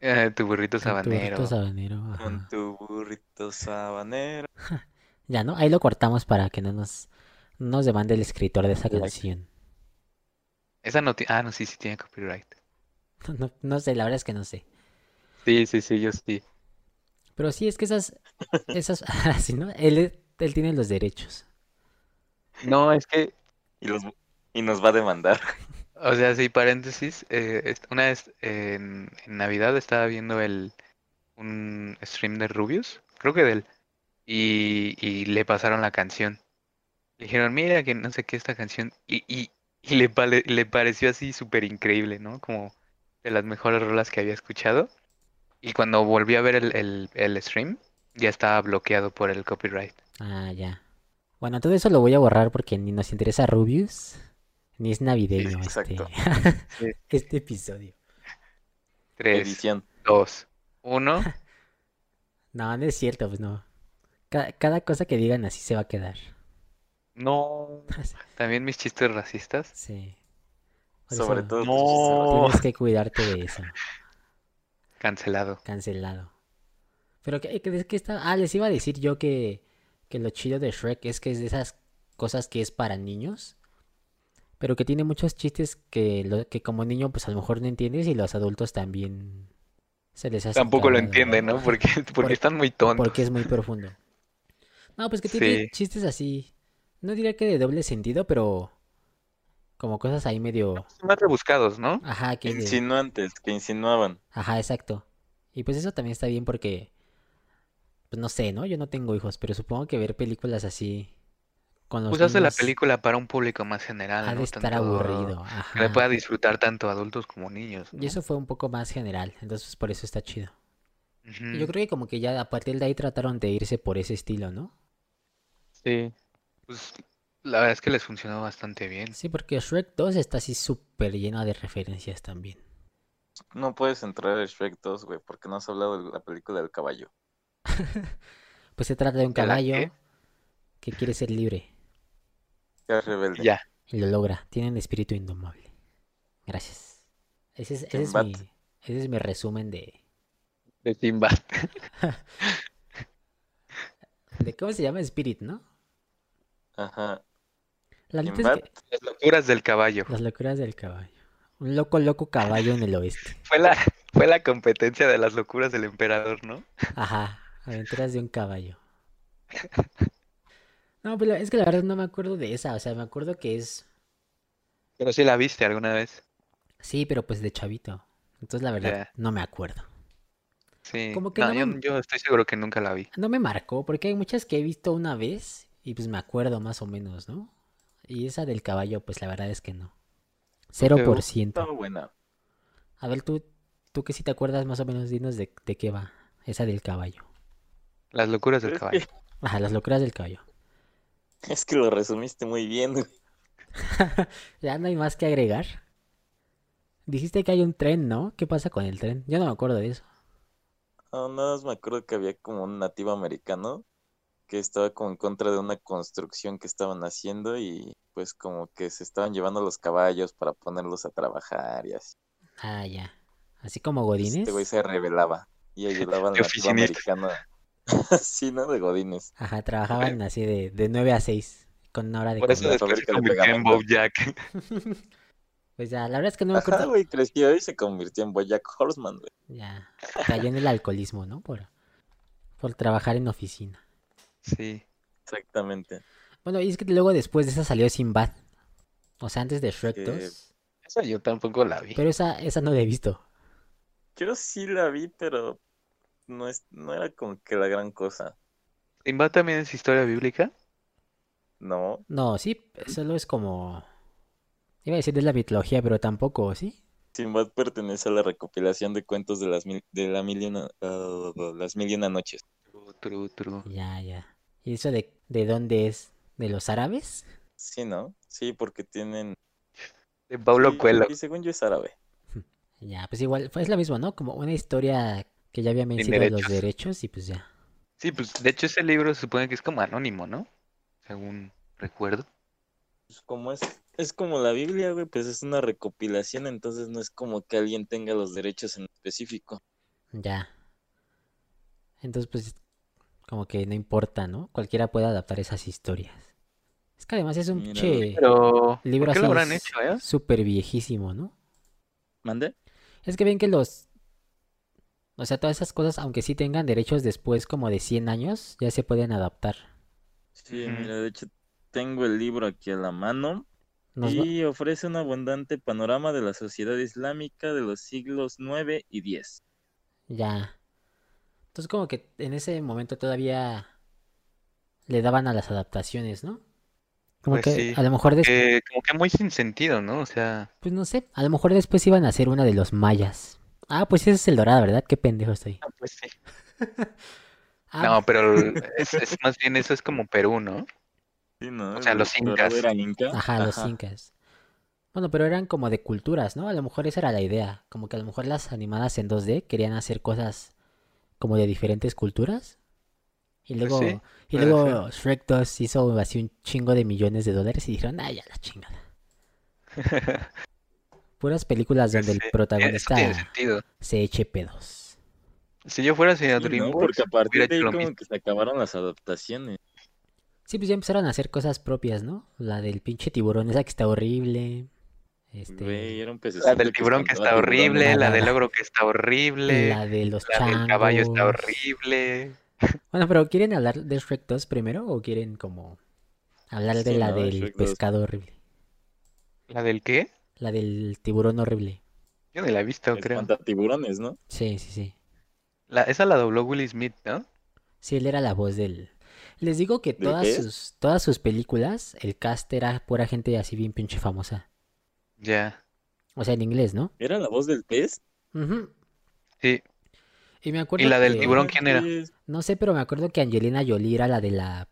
Eh, tu burrito
con tu burrito
sabanero.
sabanero, ajá.
con tu burrito sabanero.
Ya, ¿no? Ahí lo cortamos para que no nos, no nos demande el escritor de esa
Exacto.
canción. (laughs)
Esa no tiene... Ah, no, sí, sí tiene copyright.
No, no sé, la verdad es que no sé.
Sí, sí, sí, yo sí.
Pero sí, es que esas, esas, (laughs) así, ¿no? Él, él tiene los derechos.
No, es que...
Y, los, y nos va a demandar.
O sea, sí, paréntesis. eh, es- una vez eh, en, en Navidad estaba viendo el un stream de Rubius, creo que de él, y, y le pasaron la canción. Le dijeron, mira que no sé qué esta canción, y, y, y le, pale- le pareció así súper increíble, ¿no? Como de las mejores rolas que había escuchado. Y cuando volví a ver el, el, el stream, ya estaba bloqueado por el copyright.
Ah, ya. Bueno, todo eso lo voy a borrar porque ni nos interesa Rubius, ni es navideño este, (laughs)
exacto.
Sí.
este episodio.
Tres,
Edición.
dos, uno. (laughs)
No, no es cierto, pues no. Ca- cada cosa que digan así se va a quedar. (laughs)
No. También mis chistes racistas.
Sí. Por
Sobre
eso
todo. pues, tus
No.
Tienes que cuidarte de eso.
Cancelado.
Cancelado. Pero que, que- es que está... Ah, les iba a decir yo que, que lo chido de Shrek es que es de esas cosas que es para niños. Pero que tiene muchos chistes que, lo, que como niño pues a lo mejor no entiendes y los adultos también se les hace
Tampoco lo
cagado,
entienden, ¿no? Porque, (laughs)
Por-
porque están muy tontos.
Porque es muy profundo. No, pues que tiene
Sí.
chistes así. No diría que de doble sentido, pero como cosas ahí medio...
Más rebuscados, ¿no?
Ajá, que... es de-
Insinuantes, que insinuaban.
Ajá, exacto. Y pues eso también está bien porque, pues no sé, ¿no? Yo no tengo hijos, pero supongo que ver películas así con los
Pues hace la
niños
película para un público más general,
ha
¿no?
de estar
Tanto-
aburrido.
Que le
Ajá.
pueda disfrutar tanto adultos como niños,
Y
¿no?
eso fue un poco más general, entonces por eso está chido. Y
Ujú.
Yo creo que como que ya a partir de ahí trataron de irse por ese estilo, ¿no?
Sí. Pues la verdad es que les funcionó bastante bien.
Sí, porque Shrek 2 está así súper lleno de referencias también.
No puedes entrar a Shrek 2, güey, porque no has hablado de la película del caballo.
Pues se trata de un
¿De la qué?
caballo que quiere ser libre
Ya es rebelde.
Pues Ya.
y lo logra, tiene un espíritu indomable. Gracias. Ese es, ese es
Sinbad.
mi, ese es mi resumen de,
De Sinbad.
¿De cómo se llama Spirit, no?
Ajá.
La neta es
Sinbad.
que-
Las locuras del caballo.
Las locuras del caballo. Un loco, loco caballo en el oeste.
Fue la, (laughs) fue la competencia de las locuras del emperador, ¿no?
Ajá, aventuras de un caballo. No, pero es que la verdad no me acuerdo de esa. O sea, me acuerdo que es.
Pero sí la viste alguna vez.
Sí, pero pues de chavito. Entonces, la verdad,
Ya.
no me acuerdo.
Sí.
Como que
No,
no
yo,
me-
yo estoy seguro que nunca la vi.
No me marcó, porque hay muchas que he visto una vez y pues me acuerdo más o menos, ¿no? Y esa del caballo, pues la verdad es que no. Cero por
Estaba
ciento.
buena.
A ver, tú, tú que sí te acuerdas más o menos, dinos de, de qué va. Esa del caballo.
Las locuras del
Pero
caballo.
Es
Ajá, las locuras del caballo.
que, es que lo resumiste muy bien, güey.
Ya no hay más que agregar. Dijiste que hay un tren, ¿no? ¿Qué pasa con el tren? Yo no me acuerdo de eso.
No, nada más me acuerdo que había como un nativo americano que estaba como en contra de una construcción que estaban haciendo y pues como que se estaban llevando los caballos para ponerlos a trabajar y así.
Ah, ya. Así como
Entonces,
Pues
Godines.
Este güey se rebelaba.
(laughs)
y ayudaba al
De
nativo
oficinista.
americano. (laughs) sí, ¿no? De Godines.
Ajá, trabajaban así de, de 9 a 6, con una hora de
Por eso
comida.
la
después se
fábrica de
convirtió en
pegamento.
Bojack.
(laughs) Pues ya, la verdad es que no me
Ajá,
acuerdo.
güey, creció y se convirtió en Boyack Horseman, güey.
Ya, cayó en el alcoholismo, ¿no? Por, por trabajar en oficina.
Sí.
Exactamente.
Bueno, y es que luego después de esa salió Sinbad. O sea, antes de Shrek
Eh,
2.
Esa yo tampoco la vi.
Pero esa, esa no la he visto.
Yo sí la vi, pero no, es, no era como que la gran cosa.
¿Sinbad también es historia bíblica?
No,
No, sí, solo es como... Iba a decir de la mitología, pero tampoco, ¿sí?
Sinbad pertenece a la recopilación de cuentos de las mil, de la mil y una, ah, las mil y una noches.
True, true, true.
Ya, ya. ¿Y eso de, de dónde es? ¿De los árabes?
Sí, ¿no? Sí, porque tienen...
De Pablo
sí,
Coelho.
Y según yo es árabe.
Ya, pues igual, pues es lo mismo, ¿no? Como una historia que ya había vencido los
derechos.
derechos y pues ya.
Sí, pues de hecho ese libro se supone que es como anónimo, ¿no? Según recuerdo.
Pues como es, es como la Biblia, güey, pues es una recopilación, entonces no es como que alguien tenga los derechos en específico.
Ya. Entonces, pues, como que no importa, ¿no? Cualquiera puede adaptar esas historias. Es que además es un
Mira,
pinche
Pero
libro
¿por qué
así
lo habrán hecho, eh?
súper viejísimo, ¿no?
¿Mande?
Es que ven que los... O sea, todas esas cosas, aunque sí tengan derechos después como de 100 años, ya se pueden adaptar.
Sí,
Ujú.
mira, de hecho tengo el libro aquí a la mano
Nos va-
y ofrece un abundante panorama de la sociedad islámica de los siglos 9 y 10.
Ya. Entonces como que en ese momento todavía le daban a las adaptaciones, ¿no? Como
Pues
que
sí,
a lo mejor después...
Eh, como que muy sin sentido, ¿no? O sea,
Pues no sé, a lo mejor después iban a hacer una de los mayas. Ah, pues ese es el dorado, ¿verdad? Qué pendejo estoy.
Ah, pues sí.
Ah,
No, pero es, es más bien eso es como Perú,
(laughs)
¿no?
Sí, ¿no?
O sea,
El
los
dorado
incas.
era inca.
pues, ajá, los incas. Bueno, pero eran como de culturas, ¿no? A lo mejor esa era la idea. Como que a lo mejor las animadas en 2D querían hacer cosas como de diferentes culturas. Y
Pues
luego,
sí,
y
puede
luego Shrek 2 hizo así un chingo de millones de dólares y dijeron, ah, ya la chingada. Puras películas
Pues
donde el
sí, Eh, Eso
protagonista
tiene sentido.
se eche pedos.
Si yo fuera señor
Sí, ¿no?
DreamWorks,
Porque a
hubiera
partir de
hecho
ahí
lo
como
mismo.
que se acabaron las adaptaciones.
Sí, pues ya empezaron a hacer cosas propias, ¿no? La del pinche tiburón, esa que está horrible. Este,
Güey, era un pececito
La del tiburón que está
espantaba tiburones.
horrible,
(laughs)
la del
Nada.
ogro que está horrible,
la de los
la del caballo está
changos.
horrible.
Bueno, pero ¿quieren hablar de Shrek 2 primero o quieren como hablar de
Sí,
la
¿no? De
del
Shrek 2.
pescado horrible?
¿La del qué?
La del tiburón horrible.
Yo ni la he visto, creo.
Espantatiburones, ¿no?
Sí, sí, sí.
La- esa la dobló Will Smith, ¿no?
Sí, él era la voz del... Les digo que
¿Del
todas
pez?
sus, todas sus películas, el cast era pura gente así bien pinche famosa.
Ya.
O sea, en inglés, ¿no?
¿Era la voz del pez?
Ujú.
Sí.
Y me acuerdo
¿Y la del
que-
tiburón quién era?
manches.
No sé, pero me acuerdo que Angelina Jolie era la de la,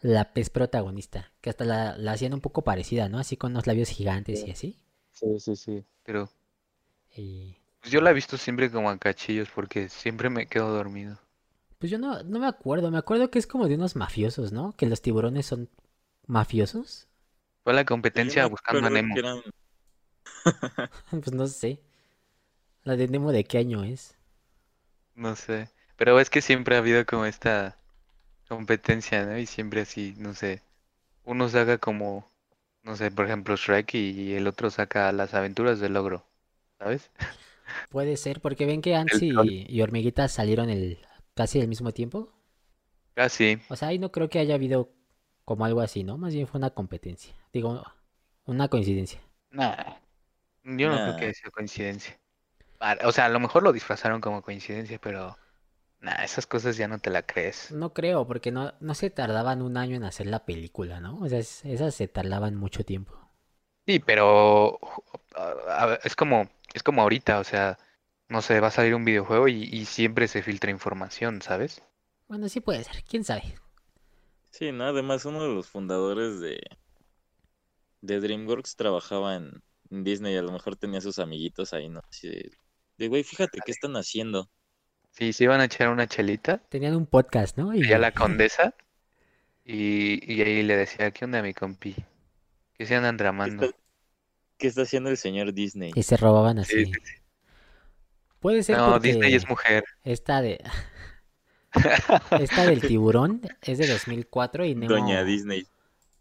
la pez protagonista, que hasta la, la hacían un poco parecida, ¿no? Así con los labios gigantes y así.
Sí, sí, sí. Pero
Y
pues, yo la he visto siempre como a cachillos porque siempre me quedo dormido.
pues yo no, no me acuerdo, me acuerdo que es como de unos mafiosos, ¿no? Que los tiburones son mafiosos. (laughs)
Fue la
Sí, yo me
competencia buscando a
acuerdo
Nemo.
que eran-
Pues no sé. La de Nemo de qué año es.
No sé. Pero es que siempre ha habido como esta competencia, ¿no? Y siempre así, no sé. Uno saca como, no sé, por ejemplo, Shrek y el otro saca las aventuras del ogro, ¿sabes?
Puede ser, porque ven que Ants
El troll.
y, y Hormiguita salieron el, casi al mismo tiempo.
Casi.
O sea, ahí no creo que haya habido como algo así, ¿no? Más bien fue una competencia. Digo, una coincidencia.
Nah. Yo no creo que
Nah.
haya sido coincidencia. Ah, O sea, a lo mejor lo disfrazaron como coincidencia, pero nah, esas cosas ya no te la crees.
No creo, porque no, no se tardaban un año en hacer la película, ¿no? O sea, es- esas se tardaban mucho tiempo.
Sí, pero ju- a- a- es como, es como ahorita, o sea, no sé, va a salir un videojuego y, y siempre se filtra información, ¿sabes?
Bueno, sí puede ser, quién sabe.
Sí, no, además uno de los fundadores de, de DreamWorks trabajaba en, en Disney, a lo mejor tenía sus amiguitos ahí, ¿no? Así de, de, güey, fíjate qué están haciendo.
Sí, se iban a echar una chelita,
Tenían un podcast, ¿no? Y (laughs)
allá la condesa, y, y ahí le decía, ¿qué onda mi compi? Que se andan
¿Qué está,
tramando.
qué está haciendo el señor Disney?
y se robaban
Sí,
así.
sí,
Puede ser
No,
porque
Disney es mujer.
esta
(laughs)
de... esta del tiburón es de 2004 y Nemo,
Doña Disney.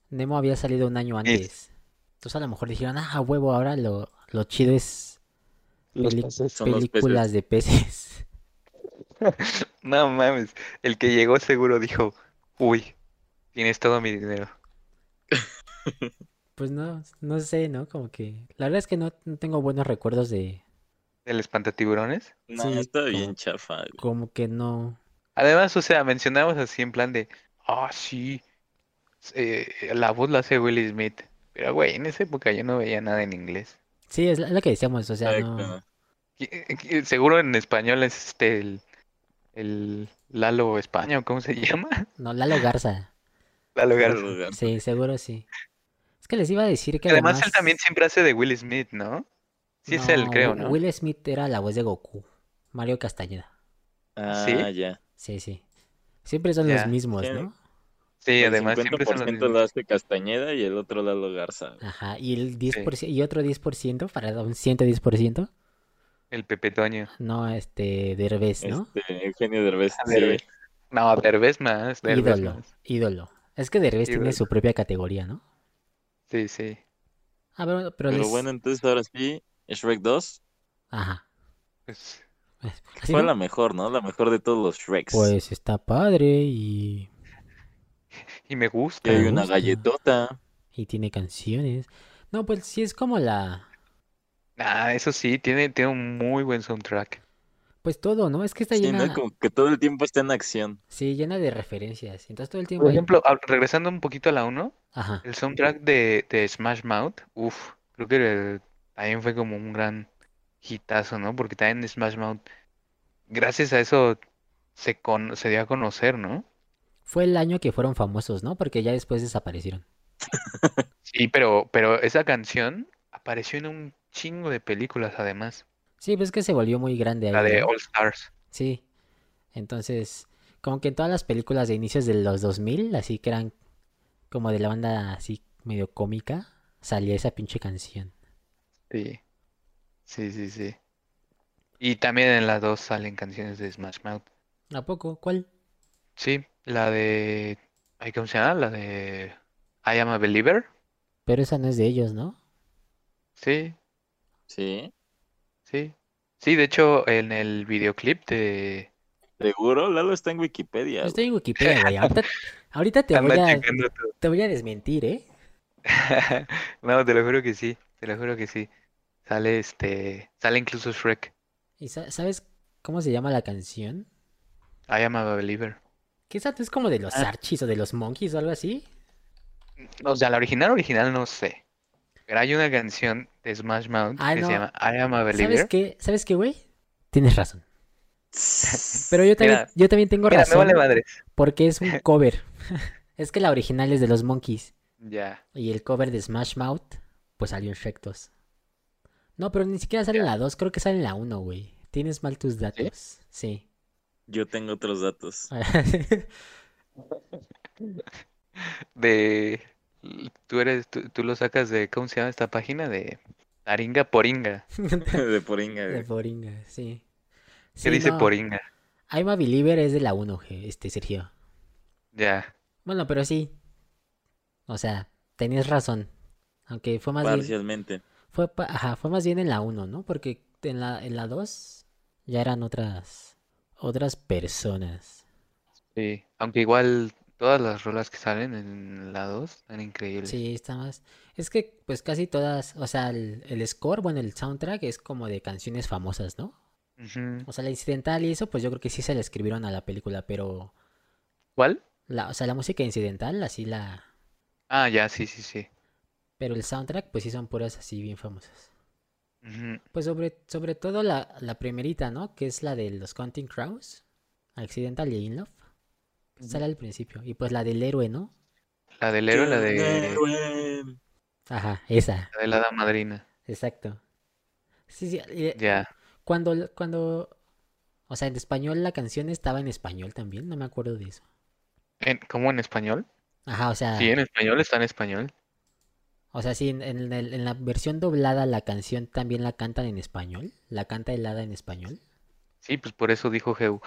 Nemo había salido un año antes. Entonces a lo mejor dijeron, ah, huevo, ahora lo, lo chido es peli-
Son los peces.
películas de peces. (laughs)
No mames, el que llegó seguro dijo, uy, tienes todo mi dinero.
Pues no, no sé, ¿no? Como que... La verdad es que no, no tengo buenos recuerdos de...
¿El espantatiburones?
No,
Sí,
está
como-
bien chafa. güey.
Como que no...
Además, o sea, mencionamos así en plan de, ah, sí, eh, la voz la hace Will Smith. Pero, güey, en esa época yo no veía nada en inglés.
Sí, es la- es lo que decíamos, o sea, no...
Exacto.
Y- y- y Seguro en español es este, el, el Lalo Español, ¿cómo se (laughs) llama?
No, Lalo Garza.
(laughs)
Lalo Garza.
Claro, güey.
Sí, seguro sí. Es que les iba a decir que
Además, él también siempre hace de Will Smith, ¿no? Sí es él,
No,
creo,
Wi-
¿no?
Will Smith era la voz de Goku. Mario Castañeda.
Ah,
¿Sí?
ya.
Sí, sí. Siempre son
Ya.
los mismos,
Sí.
¿no?
Sí,
El
además siempre son los
50%
mismos.
lo hace Castañeda y el otro Lalo Garza. güey.
Ajá. Y el 10%, y otro 10% para dar un 110%,
El Pepe Toño.
no, este, Derbez, ¿no?
Este, Eugenio Derbez.
Ah,
sí,
Derbez. No, Derbez más, Derbez
ídolo,
más.
ídolo. Es que Derbez tiene
Ídolo.
su propia categoría, ¿no?
Sí, sí.
Ah, pero, pero
Pero
les-
bueno, entonces ahora sí, Shrek 2
Ajá.
Pues,
Así,
fue
¿no?
la mejor, ¿no? La mejor de todos los Shreks.
Pues está padre y,
y me
Y
gusta.
hay
me
una
gusta.
galletota.
y tiene canciones. No, pues sí es como la...
Ah, eso sí, tiene, tiene un muy buen soundtrack.
Pues todo, ¿no? Es que está
Sí,
llena...
¿no? Como que todo el tiempo está en acción.
Sí, llena de referencias. Entonces todo el tiempo.
Por
hay-
ejemplo, hab- regresando un poquito a la 1,
Ajá.
el soundtrack de, de Smash Mouth, uff, creo que eh, también fue como un gran hitazo, ¿no? Porque también Smash Mouth, gracias a eso, se, con, se dio a conocer, ¿no?
Fue el año que fueron famosos, ¿no? Porque ya después desaparecieron.
Sí, pero, pero esa canción apareció en un chingo de películas, además.
Sí, pues es que se volvió muy grande
La
ahí,
de
¿no?
All Stars.
Sí. Entonces, como que en todas las películas de inicios de los 2000, así que eran como de la banda así medio cómica, salía esa pinche canción.
Sí. Sí, sí, sí. Y también en las dos salen canciones de Smash Mouth.
¿A poco? ¿Cuál?
Sí, la de. ay, ¿Cómo se llama? La de I Am a Believer.
Pero esa no es de ellos, ¿no?
Sí,
Sí.
sí. Sí, de hecho, en el videoclip de.
Seguro, Lalo está en
Yo
Wikipedia. güey.
Pues estoy en Wikipedia, güey. Ahorita, ahorita
(laughs)
te voy
Anda
a,
checando tú.
te voy a desmentir, ¿eh?
(laughs) No, te lo juro que sí. Te lo juro que sí. Sale este. Sale incluso Shrek.
¿Y sa- sabes cómo se llama la canción?
I Am a Believer.
Que esa es como de los
Ah.
Archies o de los Monkeys o algo así.
O sea, la original, original no sé. Pero hay una canción de Smash Mouth
Ay,
que se
Ah, no.
llama I Am a
¿Sabes
Believer.
qué? ¿Sabes qué, güey? Tienes razón. (laughs) Pero yo también,
Mira,
yo también tengo
Mira, me
razón
vale madres.
porque es
(laughs)
un cover. (laughs) es que la original es de los Monkeys
Ya.
y el cover de Smash Mouth, pues salió en Shrek 2. No, pero ni siquiera sale en la 2, creo que sale en la 1, güey. Tienes mal tus datos.
(laughs)
Sí.
Yo tengo otros datos.
de tú eres tú, tú lo sacas de ¿cómo se llama esta página? de Aringa Poringa.
(laughs) de Poringa.
de
güey.
Poringa, sí.
¿Qué
Sí,
dice
no,
Poringa?
I'm a Believer es de la 1, je- este Sergio.
Ya.
Bueno, pero sí. O sea, tenías razón. Aunque fue más bien
Parcialmente.
Fue, pa- ajá, fue más bien en la 1, ¿no? Porque en la, en la 2 ya eran otras, otras personas.
Sí. Aunque igual todas las rolas que salen en la 2 están increíbles.
Sí, está más. Es que pues casi todas, o sea, el, el score, bueno, el soundtrack es como de canciones famosas, ¿no?
Ujú.
O sea, la incidental y eso, pues yo creo que sí se la escribieron a la película, pero
¿Cuál?
la, o sea, la música incidental, así la,
Ah, ya, sí, sí, sí.
pero el soundtrack, pues sí son puras así bien famosas.
Ujú.
Pues sobre, sobre todo la, la primerita, ¿no? Que es la de los Counting Crows, Accidental y In Love.
Ujú.
Sale al principio. Y pues la del héroe, ¿no?
La del héroe, la de
Héroe.
Ajá, esa,
la de la hada madrina.
exacto. Sí, sí, y-
Ya.
Cuando, cuando, o sea, en español la canción estaba en español también, no me acuerdo de eso.
En, ¿cómo en español?
Ajá, o sea,
Sí, en español está en español.
O sea, sí, en, en el- en la versión doblada la canción también la cantan en español. La canta helada en español.
Sí, pues por eso dijo Geu.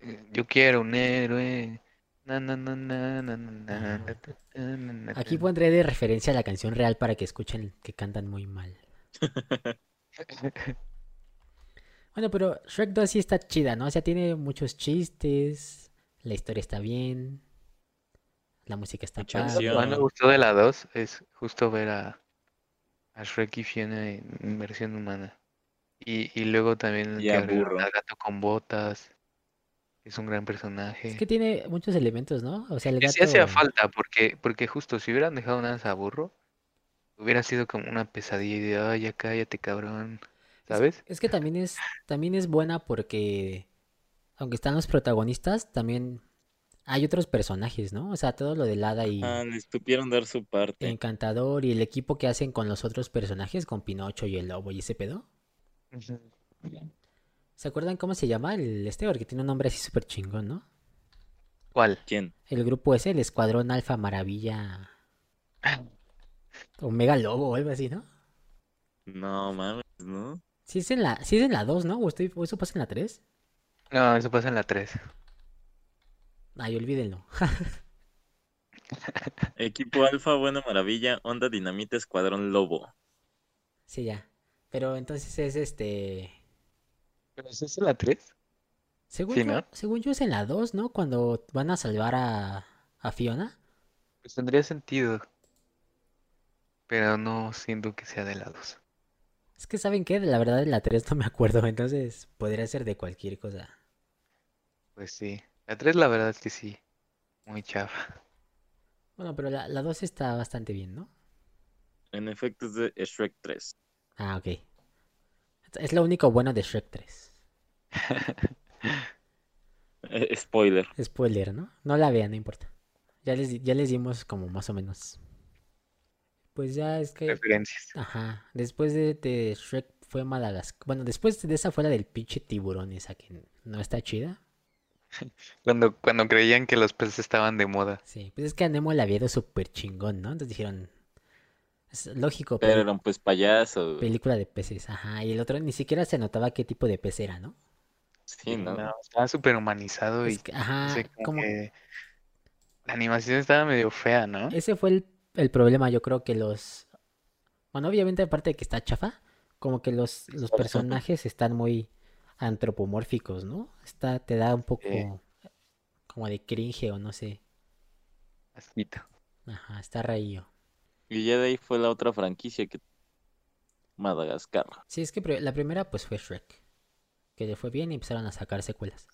eh, Yo quiero un héroe. Na, na, na, na, na, na, na,
Ajá.
ta, ta, ta, na, na,
Aquí
na.
pondré de referencia la canción real para que escuchen que cantan muy mal.
(laughs)
Bueno, pero Shrek 2 sí está chida, ¿no? O sea, tiene muchos chistes, la historia está bien, la música está
Mucha
padre.
Lo que más
acción.
me gustó de la 2 es justo ver a, a Shrek y Fiona en en versión humana. Y, y luego también
Y
que
a
agregaron
Burro.
al gato con botas. Es un gran personaje.
Es que tiene muchos elementos, ¿no? O sea, el
Que
gato...
sí hacía falta, porque, porque justo si hubieran dejado nada más a burro, hubiera sido como una pesadilla y de, ay, ya cállate, cabrón.
Es-
¿Sabes?
Es que también es, también es buena porque, aunque están los protagonistas, también hay otros personajes, ¿no? O sea, todo lo de Lada y
Ah, les supieron dar su parte.
Encantador y el equipo que hacen con los otros personajes, con Pinocho y el Lobo y ese pedo. ¿Se acuerdan cómo se llama el este? Porque tiene un nombre así súper chingón, ¿no?
¿Cuál?
¿Quién?
El grupo ese, el Escuadrón Alfa Maravilla. Omega Lobo o algo así, ¿no?
No mames, ¿no?
Sí es en la, sí es en la 2, ¿no? ¿O, estoy- o eso pasa en la 3?
No, eso pasa en la 3.
Ay, olvídenlo.
Equipo Alfa, Buena Maravilla, Onda Dinamita, Escuadrón Lobo.
Sí, ya. Pero entonces es este.
¿Pero es en la 3?
Según,
Sí,
yo,
¿no?
según yo es en la 2, ¿no? Cuando van a salvar a, a Fiona.
Pues tendría sentido. Pero no siento que sea de la 2.
Es que, ¿saben qué? La verdad, de la 3 no me acuerdo. (laughs) Entonces, podría ser de cualquier cosa.
Pues sí. La 3 la verdad es que sí. Muy chafa. (laughs)
Bueno, pero la, la 2 está bastante bien, ¿no?
En efecto, es de Shrek 3.
Ah, ok. Es lo único bueno de Shrek 3.
Eh, spoiler.
Spoiler, ¿no? No la vean, no importa. Ya les, di- ya les dimos como más o menos. Pues ya es que...
Referencias.
Ajá. Después de, de Shrek fue Madagascar. Bueno, después de esa fue la del pinche tiburón esa que no está chida.
Cuando, cuando creían que los peces estaban de moda.
Sí, pues es que a Nemo le había ido súper chingón, ¿no? Entonces dijeron... Es lógico,
Pero
peli-
era un pues payaso. güey.
película de peces. Ajá. Y el otro ni siquiera se notaba qué tipo de pez era, ¿no?
Sí, ¿no?
No, estaba súper humanizado y
Es que- ajá.
no sé, como
como-
que la animación estaba medio fea, ¿no?
Ese fue el, el problema, yo creo que los... Bueno, obviamente aparte de que está chafa, como que los, los
Exacto.
personajes están muy antropomórficos, ¿no? Está, te da un poco
Sí.
como de cringe o no sé.
Asquito.
Ajá, está raído.
Y ya de ahí fue la otra franquicia que... Madagascar.
Sí, es que pri- la primera pues fue Shrek, que le fue bien y empezaron a sacar secuelas.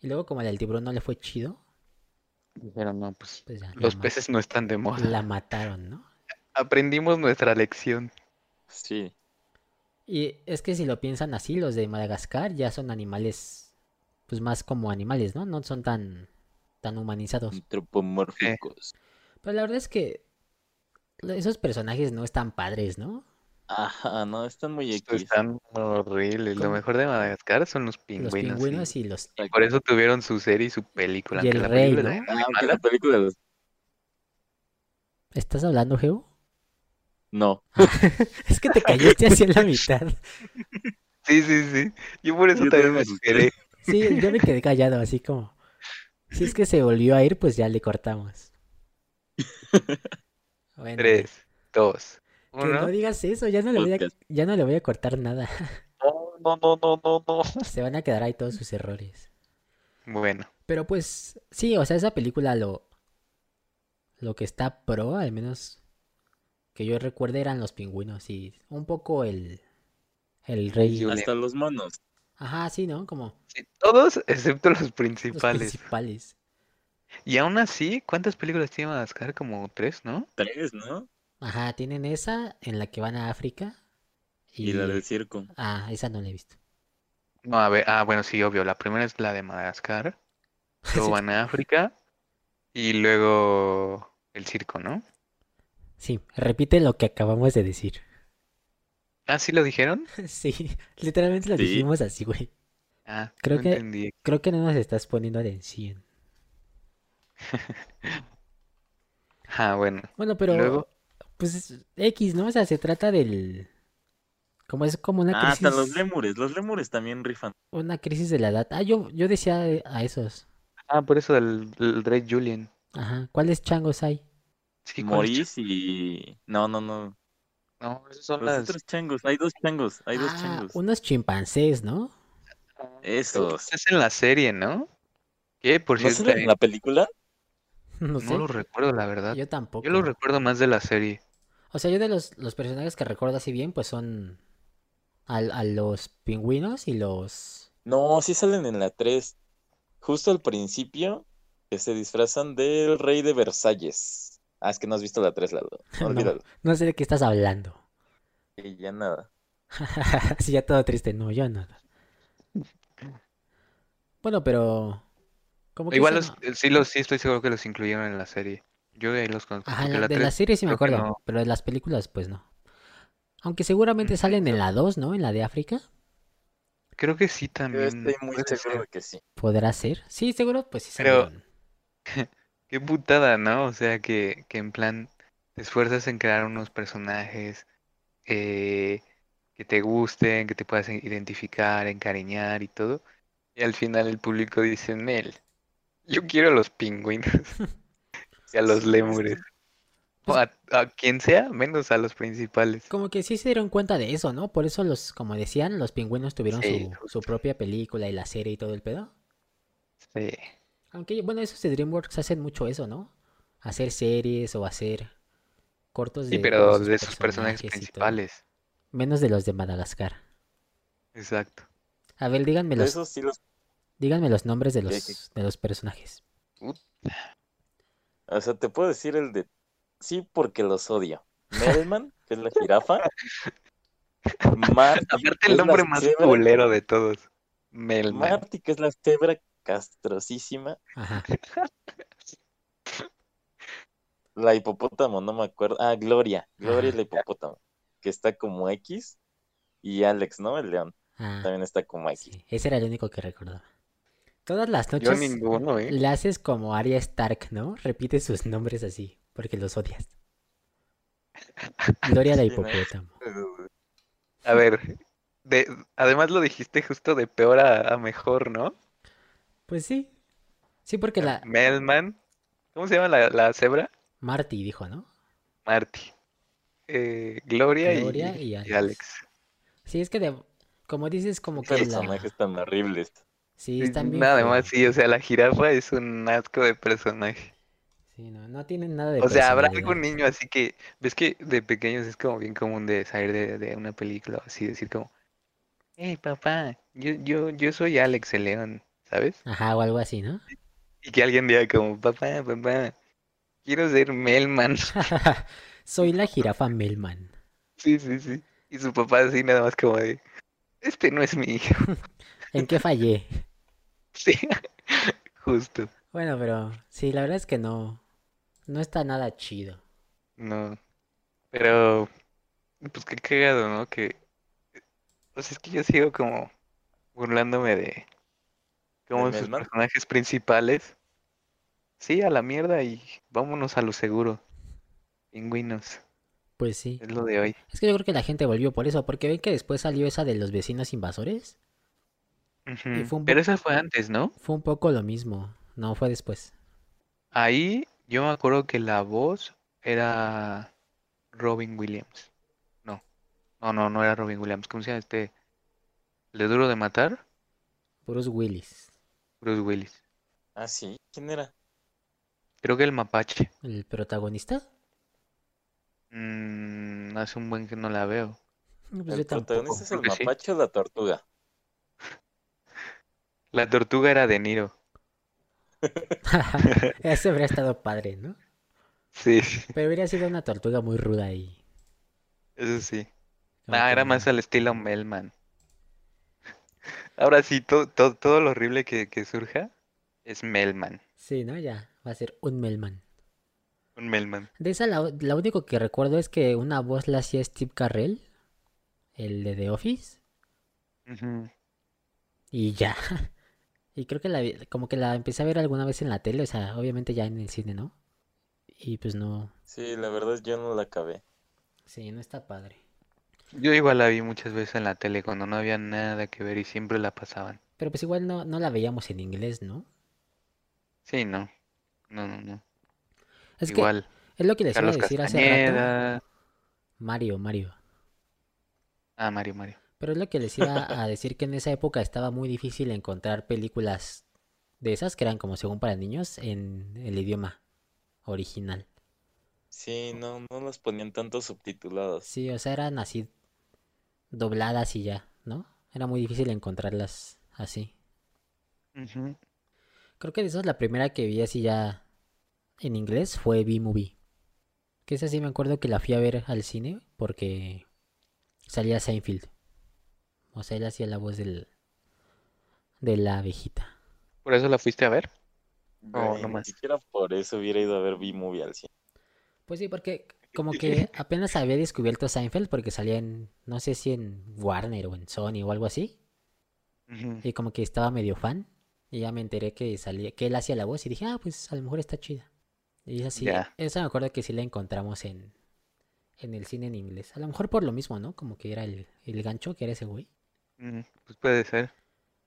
Y luego como la del tiburón no le fue chido,
Dijeron, no, pues
pues ya la
los
ma-
peces no están de moda.
la mataron, ¿no?
(laughs) Aprendimos nuestra lección.
Sí.
Y es que si lo piensan así, los de Madagascar ya son animales, pues más como animales, ¿no? No son tan, tan
Mm.
humanizados.
Antropomórficos.
Pero la verdad es que esos personajes no están padres, ¿no?
Ajá, no, están muy
Esto
X.
Están horribles. Lo
Con-
mejor de Madagascar son los pingüinos.
los pingüinos
sí.
y los...
y-
Por eso tuvieron su serie y su película.
Y
aunque
el
la
rey,
película
¿no?
era muy
Ah, aunque
mala.
la película de los-
¿Estás hablando, Geo? (laughs)
No.
Es que te callaste así en la mitad.
Sí, sí, sí. Yo por eso
Yo
también me
también me asusté.
sugeré.
Sí, yo me quedé callado, así como... Si es que se volvió a ir, pues ya le
(laughs)
cortamos. Bueno,
Tres, dos,
que no
uno.
digas eso, ya no le voy a,
Podcast.
ya no le voy a cortar nada. (laughs)
No, no, no, no, no, no.
Se van a quedar ahí todos sus errores.
Bueno,
Pero pues, sí, o sea, esa película lo. Lo que está pro, al menos que yo recuerde, eran los pingüinos y un poco el. El rey.
Julian.
Hasta los monos.
Ajá, sí, ¿no? Como
sí, todos excepto los
los
principales.
principales.
Y aún así, ¿cuántas películas tiene Madagascar? Como tres, ¿no?
Tres, ¿no?
Ajá, tienen esa en la que van a África. Y.
Y la del circo.
Ah, esa no la he visto.
No, a ver, ah, bueno, sí, obvio. La primera es la de (laughs) Madagascar. Luego
Sí.
van a África. Y luego el circo, ¿no?
Sí, repite lo que acabamos de decir. (laughs)
Ah, ¿sí lo dijeron?
Sí, literalmente lo
Sí.
dijimos así, güey.
Ah,
Creo
no
que-
entendí.
Creo que no nos estás poniendo atención.
Ah, bueno. Ah,
Bueno, pero.
Luego-
pues X, ¿no? O sea, se trata del... Como es como una
Ah,
crisis...
hasta los lémures. Los lémures también rifan.
Una crisis de la edad. Ah, yo, yo decía a esos.
Ah, por eso del, del Drake Julian.
Ajá. ¿Cuáles changos hay?
Sí, ¿cuál es
Morís y. No, no, no.
cha- No, esos son
Los
las.
otros changos. Hay dos changos. Hay dos
Ah,
changos.
Unos chimpancés, ¿no? (laughs)
ah,
Esos.
Es en la serie, ¿no? Que por
¿No
cierto, eh,
salen en la película?
No
no
sé.
lo recuerdo, la verdad. Yo,
yo tampoco.
lo recuerdo más de la serie.
O sea, yo de los, los personajes que recuerdo así bien, pues son al- a los pingüinos y los...
No, sí salen en la 3. Justo al principio, que se disfrazan del rey de Versalles. Ah, es que no has visto la 3, Lalo.
(laughs) No.
Olvídalo.
No sé de qué estás hablando. (laughs)
Y ya nada.
Así ya todo triste. No, yo no.
(laughs)
Bueno, pero... como que
Igual
ese
los- sí, los, sí estoy seguro que los incluyeron en la serie. Yo de ahí los conozco.
Ah,
Ajá,
porque
la-
la
de
tres-
las series sí me
creo que
acuerdo,
no.
pero de las películas pues no. Aunque seguramente salen en la 2, ¿no? En la de África.
Creo que sí
Yo
también.
estoy muy
puede
seguro
ser.
de que sí.
¿Podrá ser? Sí, seguro, pues sí
Pero-
salieron.
Qué putada, ¿no? O sea, que, que en plan te esfuerzas en crear unos personajes eh, que te gusten, que te puedas identificar, encariñar y todo. Y al final el público dice, Nel, yo quiero a los
(laughs)
pingüinos y a los
Sí,
lémures. O a, a quien sea, menos a los principales.
Como que sí se dieron cuenta de eso, ¿no? Por eso los, como decían, los pingüinos tuvieron
Sí,
su, su propia película y la serie y todo el pedo.
Sí.
Aunque, bueno, esos de DreamWorks hacen mucho eso, ¿no? Hacer series o hacer cortos
Sí,
de,
pero de sus personajes
y todo.
principales.
Menos de los de Madagascar.
Exacto.
A ver, díganme
Pero
los,
esos sí los.
díganme los nombres de
Ya que-
los, de los personajes.
O sea, te puedo decir el de. Sí, porque los odio.
(laughs)
Melman, que es la jirafa. Marty,
Aparte
Pues
que
el
es la
nombre más
cebra-
culero de todos. Melman.
Marty, que es la cebra castrosísima.
(laughs)
Ajá.
La hipopótamo, no me acuerdo. Ah, Gloria. Gloria es
Ajá.
la hipopótamo. Que está como X. Y Alex, ¿no? El león.
Ah.
También está como X.
Sí, ese era el único que recordaba. Todas las
Yo
noches
ninguno, ¿eh?
le haces como Arya Stark, ¿no? Repite sus nombres así, porque los odias.
(laughs)
Gloria la
Sí, ¿no?
hipopótamo.
A ver, de, además lo dijiste justo de peor a, a mejor, ¿no?
Pues sí. Sí, porque la
Melman. ¿Cómo se llama la, la cebra?
Marty dijo, ¿no?
Marty. Eh, Gloria, y-
Gloria y
y,
Alex.
Alex.
Sí, es que de- como dices, como
Qué
que la...
personajes tan horribles.
Sí,
Sí,
están bien
Nada
feos.
más, sí, o sea, la jirafa es un asco de personaje.
Sí, no, no tienen nada de
O sea, habrá
personalidad.
algún niño así que, ves que de pequeños es como bien común de salir de, de una película, así decir como, hey papá, yo, yo, yo soy Alex el León, ¿sabes?
Ajá, o algo así, ¿no?
Y que alguien diga como, papá, papá, quiero ser Melman.
(laughs)
(laughs)
Soy la jirafa Melman.
Sí, sí, sí. Y su papá así nada más como de, este no es mi hijo. (laughs)
¿En qué fallé?
Sí, justo.
Bueno, pero sí, la verdad es que no. No está nada chido.
No. Pero, pues qué cagado, ¿no? Que, o sea, es que yo sigo como burlándome de cómo sus
Melman?
personajes principales. Sí, a la mierda y vámonos a lo seguro. Pingüinos,
Pues sí.
es lo de hoy.
Es que yo creo que la gente volvió por eso, porque ven que después salió esa de los vecinos invasores.
Ujú.
fue un poco-
Pero esa fue antes, ¿no?
Fue un poco lo mismo. No, fue después.
Ahí yo me acuerdo que la voz era Robin Williams. No, no, no, no era Robin Williams. ¿Cómo se llama este? ¿Le duro de matar?
Bruce Willis,
Bruce Willis.
Ah, sí. ¿Quién era?
Creo que el mapache.
el protagonista.
Mm, hace un buen que no la veo.
No, Pues
El
yo tampoco.
protagonista es el
creo que sí.
mapache o la tortuga.
La tortuga era De Niro.
Ese habría estado padre, ¿no?
Sí, (laughs) sí,
Pero hubiera sido una tortuga muy ruda y.
eso sí.
como
Nah,
que
Ah, era
no.
más al estilo Melman. (laughs) Ahora sí, to- to- todo lo horrible que, que surja es Melman.
Sí, ¿no? Ya. Va a ser un Melman.
Un Melman.
De esa, la, la único que recuerdo es que una voz la hacía Steve Carrell, el de The Office,
Ujú.
y ya. (laughs) Y creo que la vi- como que la empecé a ver alguna vez en la tele, o sea, obviamente ya en el cine, ¿no? y pues no,
Sí, la verdad yo no la acabé.
sí, no está padre.
Yo igual la vi muchas veces en la tele cuando no había nada que ver y siempre la pasaban.
Pero pues igual no, no la veíamos en inglés, ¿no?
Sí, no. No, no, no.
Es que
igual.
es lo que les iba a
Carlos
decir hace rato.
Castañeda.
Mario, Mario.
Ah, Mario, Mario.
Pero es lo que les iba a (laughs) decir que en esa época estaba muy difícil encontrar películas de esas que eran como según para niños en el idioma original.
Sí, no, no las ponían tanto subtituladas.
Sí, o sea, eran así dobladas y ya, ¿no? Era muy difícil encontrarlas así.
Ujú.
Creo que de esas la primera que vi así ya en inglés fue B-Movie. Que esa sí me acuerdo que la fui a ver al cine porque salía Seinfeld. O sea, él hacía la voz del, de la abejita.
¿Por eso la fuiste a ver? No,
Güey,
no
ni
más.
siquiera por eso hubiera ido a ver B-Movie al cine.
Pues sí, porque como que apenas había descubierto Seinfeld porque salía en, no sé si en Warner o en Sony o algo así.
Ujú.
Y como que estaba medio fan. Y ya me enteré que salía, que él hacía la voz y dije, ah, pues a lo mejor está chida. Y así,
Ya.
esa me acuerdo que sí la encontramos en, en el cine en inglés. A lo mejor por lo mismo, ¿no? Como que era el, el gancho que era ese güey.
Mm, Pues puede ser.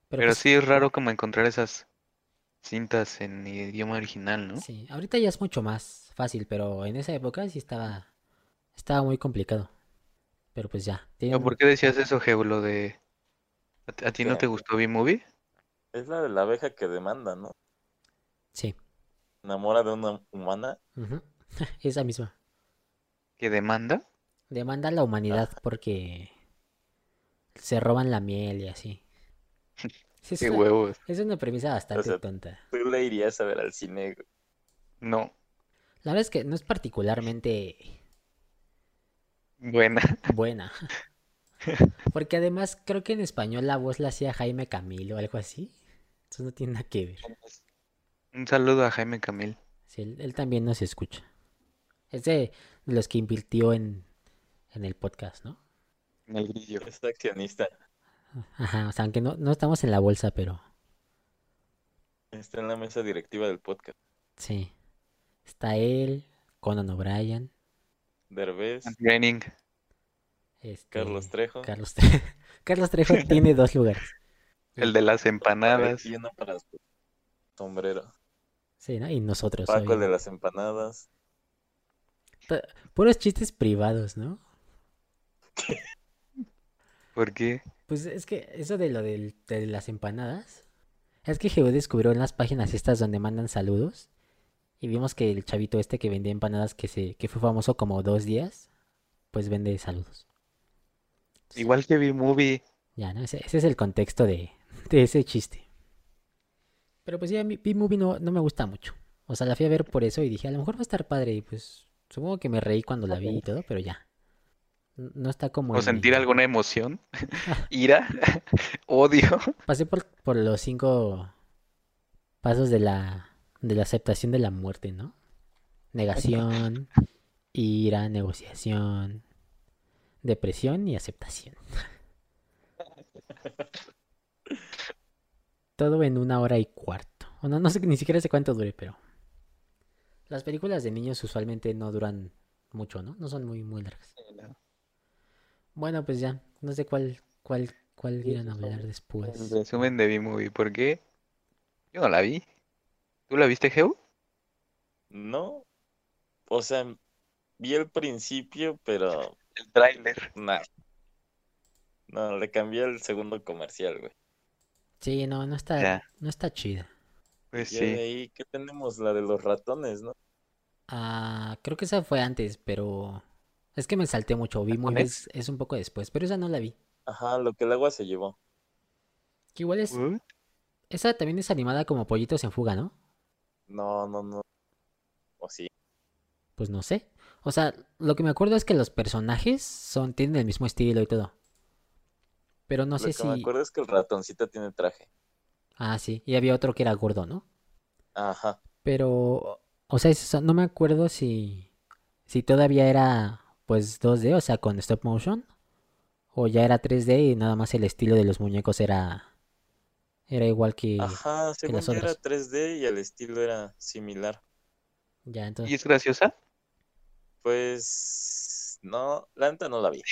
Pero,
pues,
sí es raro como encontrar esas cintas en idioma original, ¿no?
Sí, ahorita ya es mucho más fácil, pero en esa época sí estaba, estaba muy complicado. Pero pues ya,
Pero
tienen-
¿Por qué decías eso, Geu, lo de... ¿A, ti- a ti no
Ya.
te gustó B-Movie?
Es la de la abeja que demanda, ¿no?
sí,
Enamora de una humana.
ujú, (laughs) esa misma.
¿Que demanda?
Demanda a la humanidad porque se roban la miel y
(laughs)
así. Sí, es
¡Qué
una-
huevos!
Es una premisa bastante
sea,
tonta.
Tú la irías a ver al cine. güey.
No.
La verdad es que no es particularmente
Buena.
(laughs)
buena. Porque además creo que en español la voz la hacía Jaime Camilo o algo así. Entonces no tiene nada que ver.
(laughs) Un saludo a Jaime Camil.
Sí, él, él también nos escucha. Es de los que invirtió en, en el podcast, ¿no?
En el grillo.
Es accionista.
Ajá, o sea, aunque no, no estamos en la bolsa, pero
Está en la mesa directiva del podcast.
sí. Está él, Conan O'Brien,
Derbez,
Training.
este,
Carlos Trejo.
Carlos, Tre- (laughs) Carlos Trejo tiene dos lugares.
El de las empanadas.
Y uno para su sombrero.
Sí, ¿no? Y nosotros.
Paco el
obviamente.
de las empanadas.
Puros chistes privados, ¿no?
¿Por qué?
Pues es que eso de lo del- de las empanadas. Es que Geo descubrió en las páginas estas donde mandan saludos. Y vimos que el chavito este que vendía empanadas, que, se, que fue famoso como dos días, pues vende saludos. Sí.
Igual que B-Movie.
Ya, ¿no? Ese, ese es el contexto de, de ese chiste. Pero pues ya, mi- B-Movie no, no me gusta mucho. O sea, la fui a ver por eso y dije, a lo mejor va a estar padre. Y pues supongo que me reí cuando la vi y todo, pero ya. N- No está como...
¿O
en mi-
sentir
(laughs)
alguna emoción? (laughs) ¿Ira? (laughs) ¿Odio?
Pasé por, por los cinco pasos de la, de la aceptación de la muerte, ¿no? Negación, ira, negociación, depresión y aceptación. Todo en una hora y cuarto. O no, no sé, ni siquiera sé cuánto dure, pero... Las películas de niños usualmente no duran mucho, ¿no? No son muy, muy largas. Bueno, pues ya. No sé cuál, cuál, cuál
Sí,
irán a
sí,
hablar
son-
después.
El resumen de B-Movie. ¿Por qué? Yo no la vi. ¿Tú la viste, Geu?
No. O sea, vi el principio, pero
El tráiler.
nada. No, le cambié el segundo comercial, güey.
Sí, no, no está,
Ya.
no está chida.
Pues
Ya de
sí.
ahí, ¿qué tenemos? La de los ratones, ¿no?
Ah, creo que esa fue antes, pero es que me salté mucho. Vi muy
¿Japonés?
es, es un poco después, pero esa no la vi.
Ajá, lo que el agua se llevó.
Que igual
Mm.
es,
Uh,
esa también es animada como Pollitos en Fuga, ¿no?
No, no, no. O sí.
Pues no sé. O sea, lo que me acuerdo es que los personajes son, tienen el mismo estilo y todo. Pero no
Lo
sé
que me
si.
acuerdo es que el ratoncito tiene traje.
Ah, sí. Y había otro que era gordo, ¿no?
Ajá.
Pero, o sea, eso- no me acuerdo si, si todavía era pues 2D, o sea, con stop motion, o ya era 3D y nada más el estilo de los muñecos era, era igual que...
Ah. Ajá, según yo era
otras.
3D y el estilo era similar.
Ya,
¿Y
entonces.
es graciosa?
Pues no, la neta no la vi.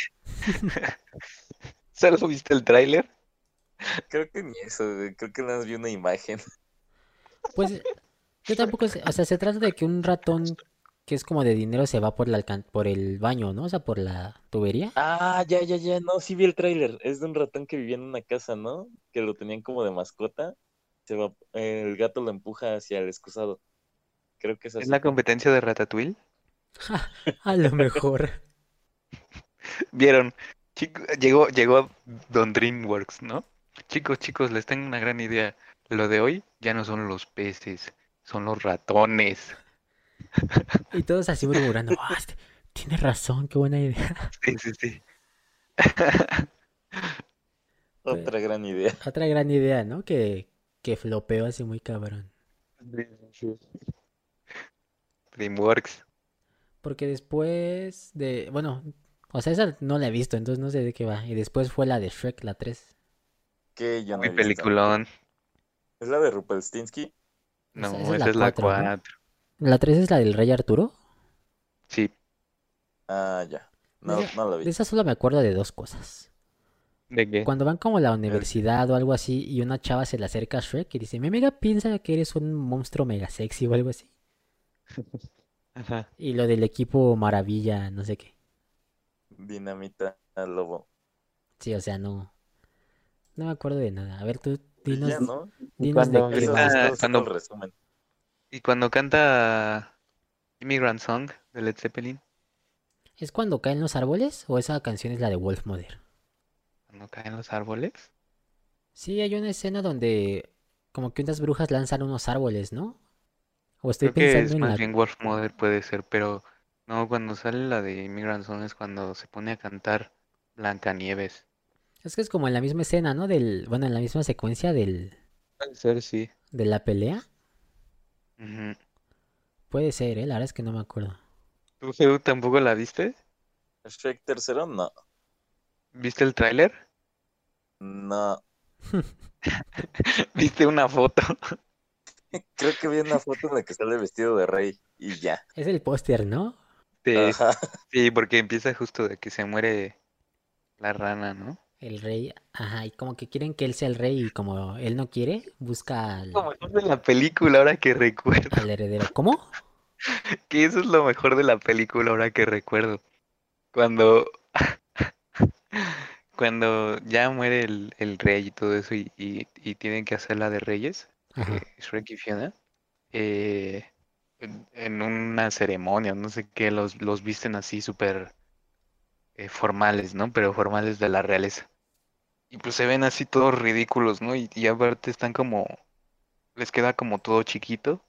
¿Solo viste el tráiler?
Creo que ni eso, güey, creo que nada más vi una imagen.
Pues yo tampoco sé. O sea, se trata de que un ratón que es como de dinero se va por el, alcan- por el baño, ¿no? O sea, por la tubería.
(laughs) Ah, ya, ya, ya, no, sí vi el tráiler. Es de un ratón que vivía en una casa, ¿no? Que lo tenían como de mascota. Se va, el gato lo empuja hacia el excusado. Creo que es
¿Es
así.
la competencia de Ratatouille?
A lo mejor. (laughs)
Vieron, chico- llegó, llegó Don DreamWorks, ¿no? Chicos, chicos, les tengo una gran idea. Lo de hoy ya no son los peces, son los ratones.
Y todos así murmurando. "Ah, este- tienes razón, qué buena idea.
Sí, sí, sí.
Otra gran idea. (laughs)
Otra gran idea, ¿no? Que, que flopeó así muy cabrón.
DreamWorks.
Porque después de. Bueno, o sea, esa no la he visto, entonces no sé de qué va. Y después fue la de Shrek, la 3.
Que yo no
Muy
he visto.
peliculón.
¿Es la de Rupelstinsky?
No,
Esa-
esa, es la
cuatro, ¿no?
4.
¿La 3 es la del Rey Arturo?
Sí,
Ah, ya. No,
Esa-
no la
De
vi.
esa solo me acuerdo de dos cosas.
¿de qué?
Cuando van como a la universidad o algo así y una chava se le acerca a Shrek y dice, mi amiga piensa que eres un monstruo mega sexy o algo
(laughs)
así.
Ajá.
Y lo del equipo maravilla, no sé qué.
Dinamita al lobo.
Sí, o sea, no. No me acuerdo de nada. A ver, tú dinos,
Ya, ¿no?
dinos de
cuando
qué
Eso
va.
grita-
es todo
cuando-
el resumen.
Y cuando canta Immigrant Song de Led Zeppelin,
¿Es cuando caen los árboles o esa canción es la de Wolf Mother?
cuando caen los árboles.
Sí, hay una escena donde como que unas brujas lanzan unos árboles, ¿no? O estoy
Creo que es
pensando en
más
la...
bien Wolf Mother puede ser, pero no, cuando sale la de Immigrant Song es cuando se pone a cantar Blancanieves.
Es que es como en la misma escena, ¿no? Del... Bueno, en la misma secuencia del...
Puede ser, sí.
de la pelea.
Ujú.
Puede ser, ¿eh? La verdad es que no me acuerdo.
¿Tú, Geu, tampoco la viste?
Shrek tercero, no.
¿Viste el tráiler? (laughs)
No.
¿Viste una foto?
Creo que vi una foto en la que sale vestido de rey y ya.
Es el póster, ¿no?
(laughs) Sí,
Ajá.
sí, porque empieza justo de que se muere la rana, ¿no?
El rey, ajá, y como que quieren que él sea el rey y como él no quiere, busca al,
Lo mejor de la película ahora que recuerdo,
al heredero. ¿Cómo?
que eso es lo mejor de la película ahora que recuerdo. Cuando, (laughs) cuando ya muere el, el rey y todo eso y, y, y tienen que hacer la de reyes.
Ajá.
eh, Shrek y Fiona, eh, en, en una ceremonia, no sé qué, los, los visten así súper eh, formales, ¿no? Pero formales de la realeza. Y pues se ven así todos ridículos, ¿no? Y, y aparte están como, les queda como todo chiquito.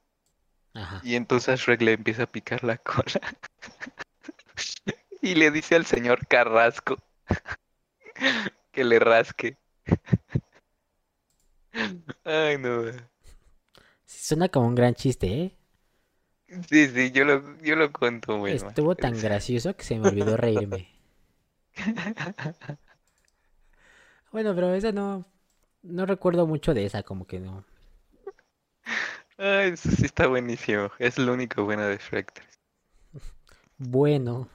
Ajá.
Y entonces a Shrek le empieza a picar la cola. (laughs) y le dice al señor Carrasco (laughs) que
(laughs)
le rasque. Ay, no. güey.
Sí, suena como un gran chiste, ¿eh?
Sí, sí, yo lo, yo lo cuento muy mal.
Estuvo
(laughs)
tan gracioso que se me olvidó reírme. Bueno, pero esa no, no recuerdo mucho de esa, como que no.
Ay, eso sí está buenísimo. Es lo único bueno de Shrek 3.
Bueno.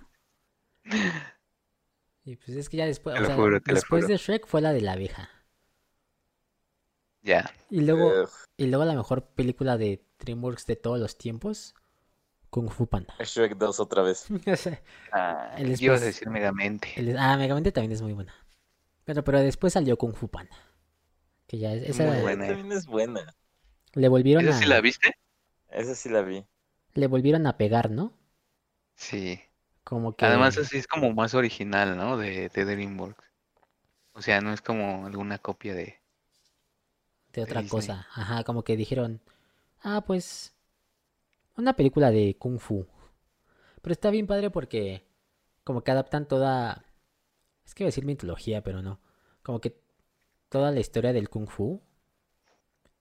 Y pues es que ya después,
Te
o
lo
sea,
juro, te lo
después
juro.
de Shrek fue la de la abeja.
Ya.
Y luego,
Eh.
Ugh,
y luego la mejor película de DreamWorks de todos los tiempos, Kung Fu Panda. (laughs)
Shrek 2 otra vez.
O sea,
Ah,
El
ibas a
después-
decir Megamente.
El- Ah, Megamente también es muy buena. Pero, pero después salió Kung Fu Panda. Que ya es, esa
Muy
eh,
buena.
También es buena.
le volvieron
¿Esa
a
sí la viste?
Esa sí la vi.
le volvieron a pegar, ¿no?
Sí.
Como que
Además, así es como más original, ¿no? De, de DreamWorks. O sea, no es como alguna copia de...
de otra
Disney.
cosa. Ajá, como que dijeron, ah, pues una película de kung fu. Pero está bien padre porque como que adaptan toda es que iba a decir mitología, pero no. Como que toda la historia del kung fu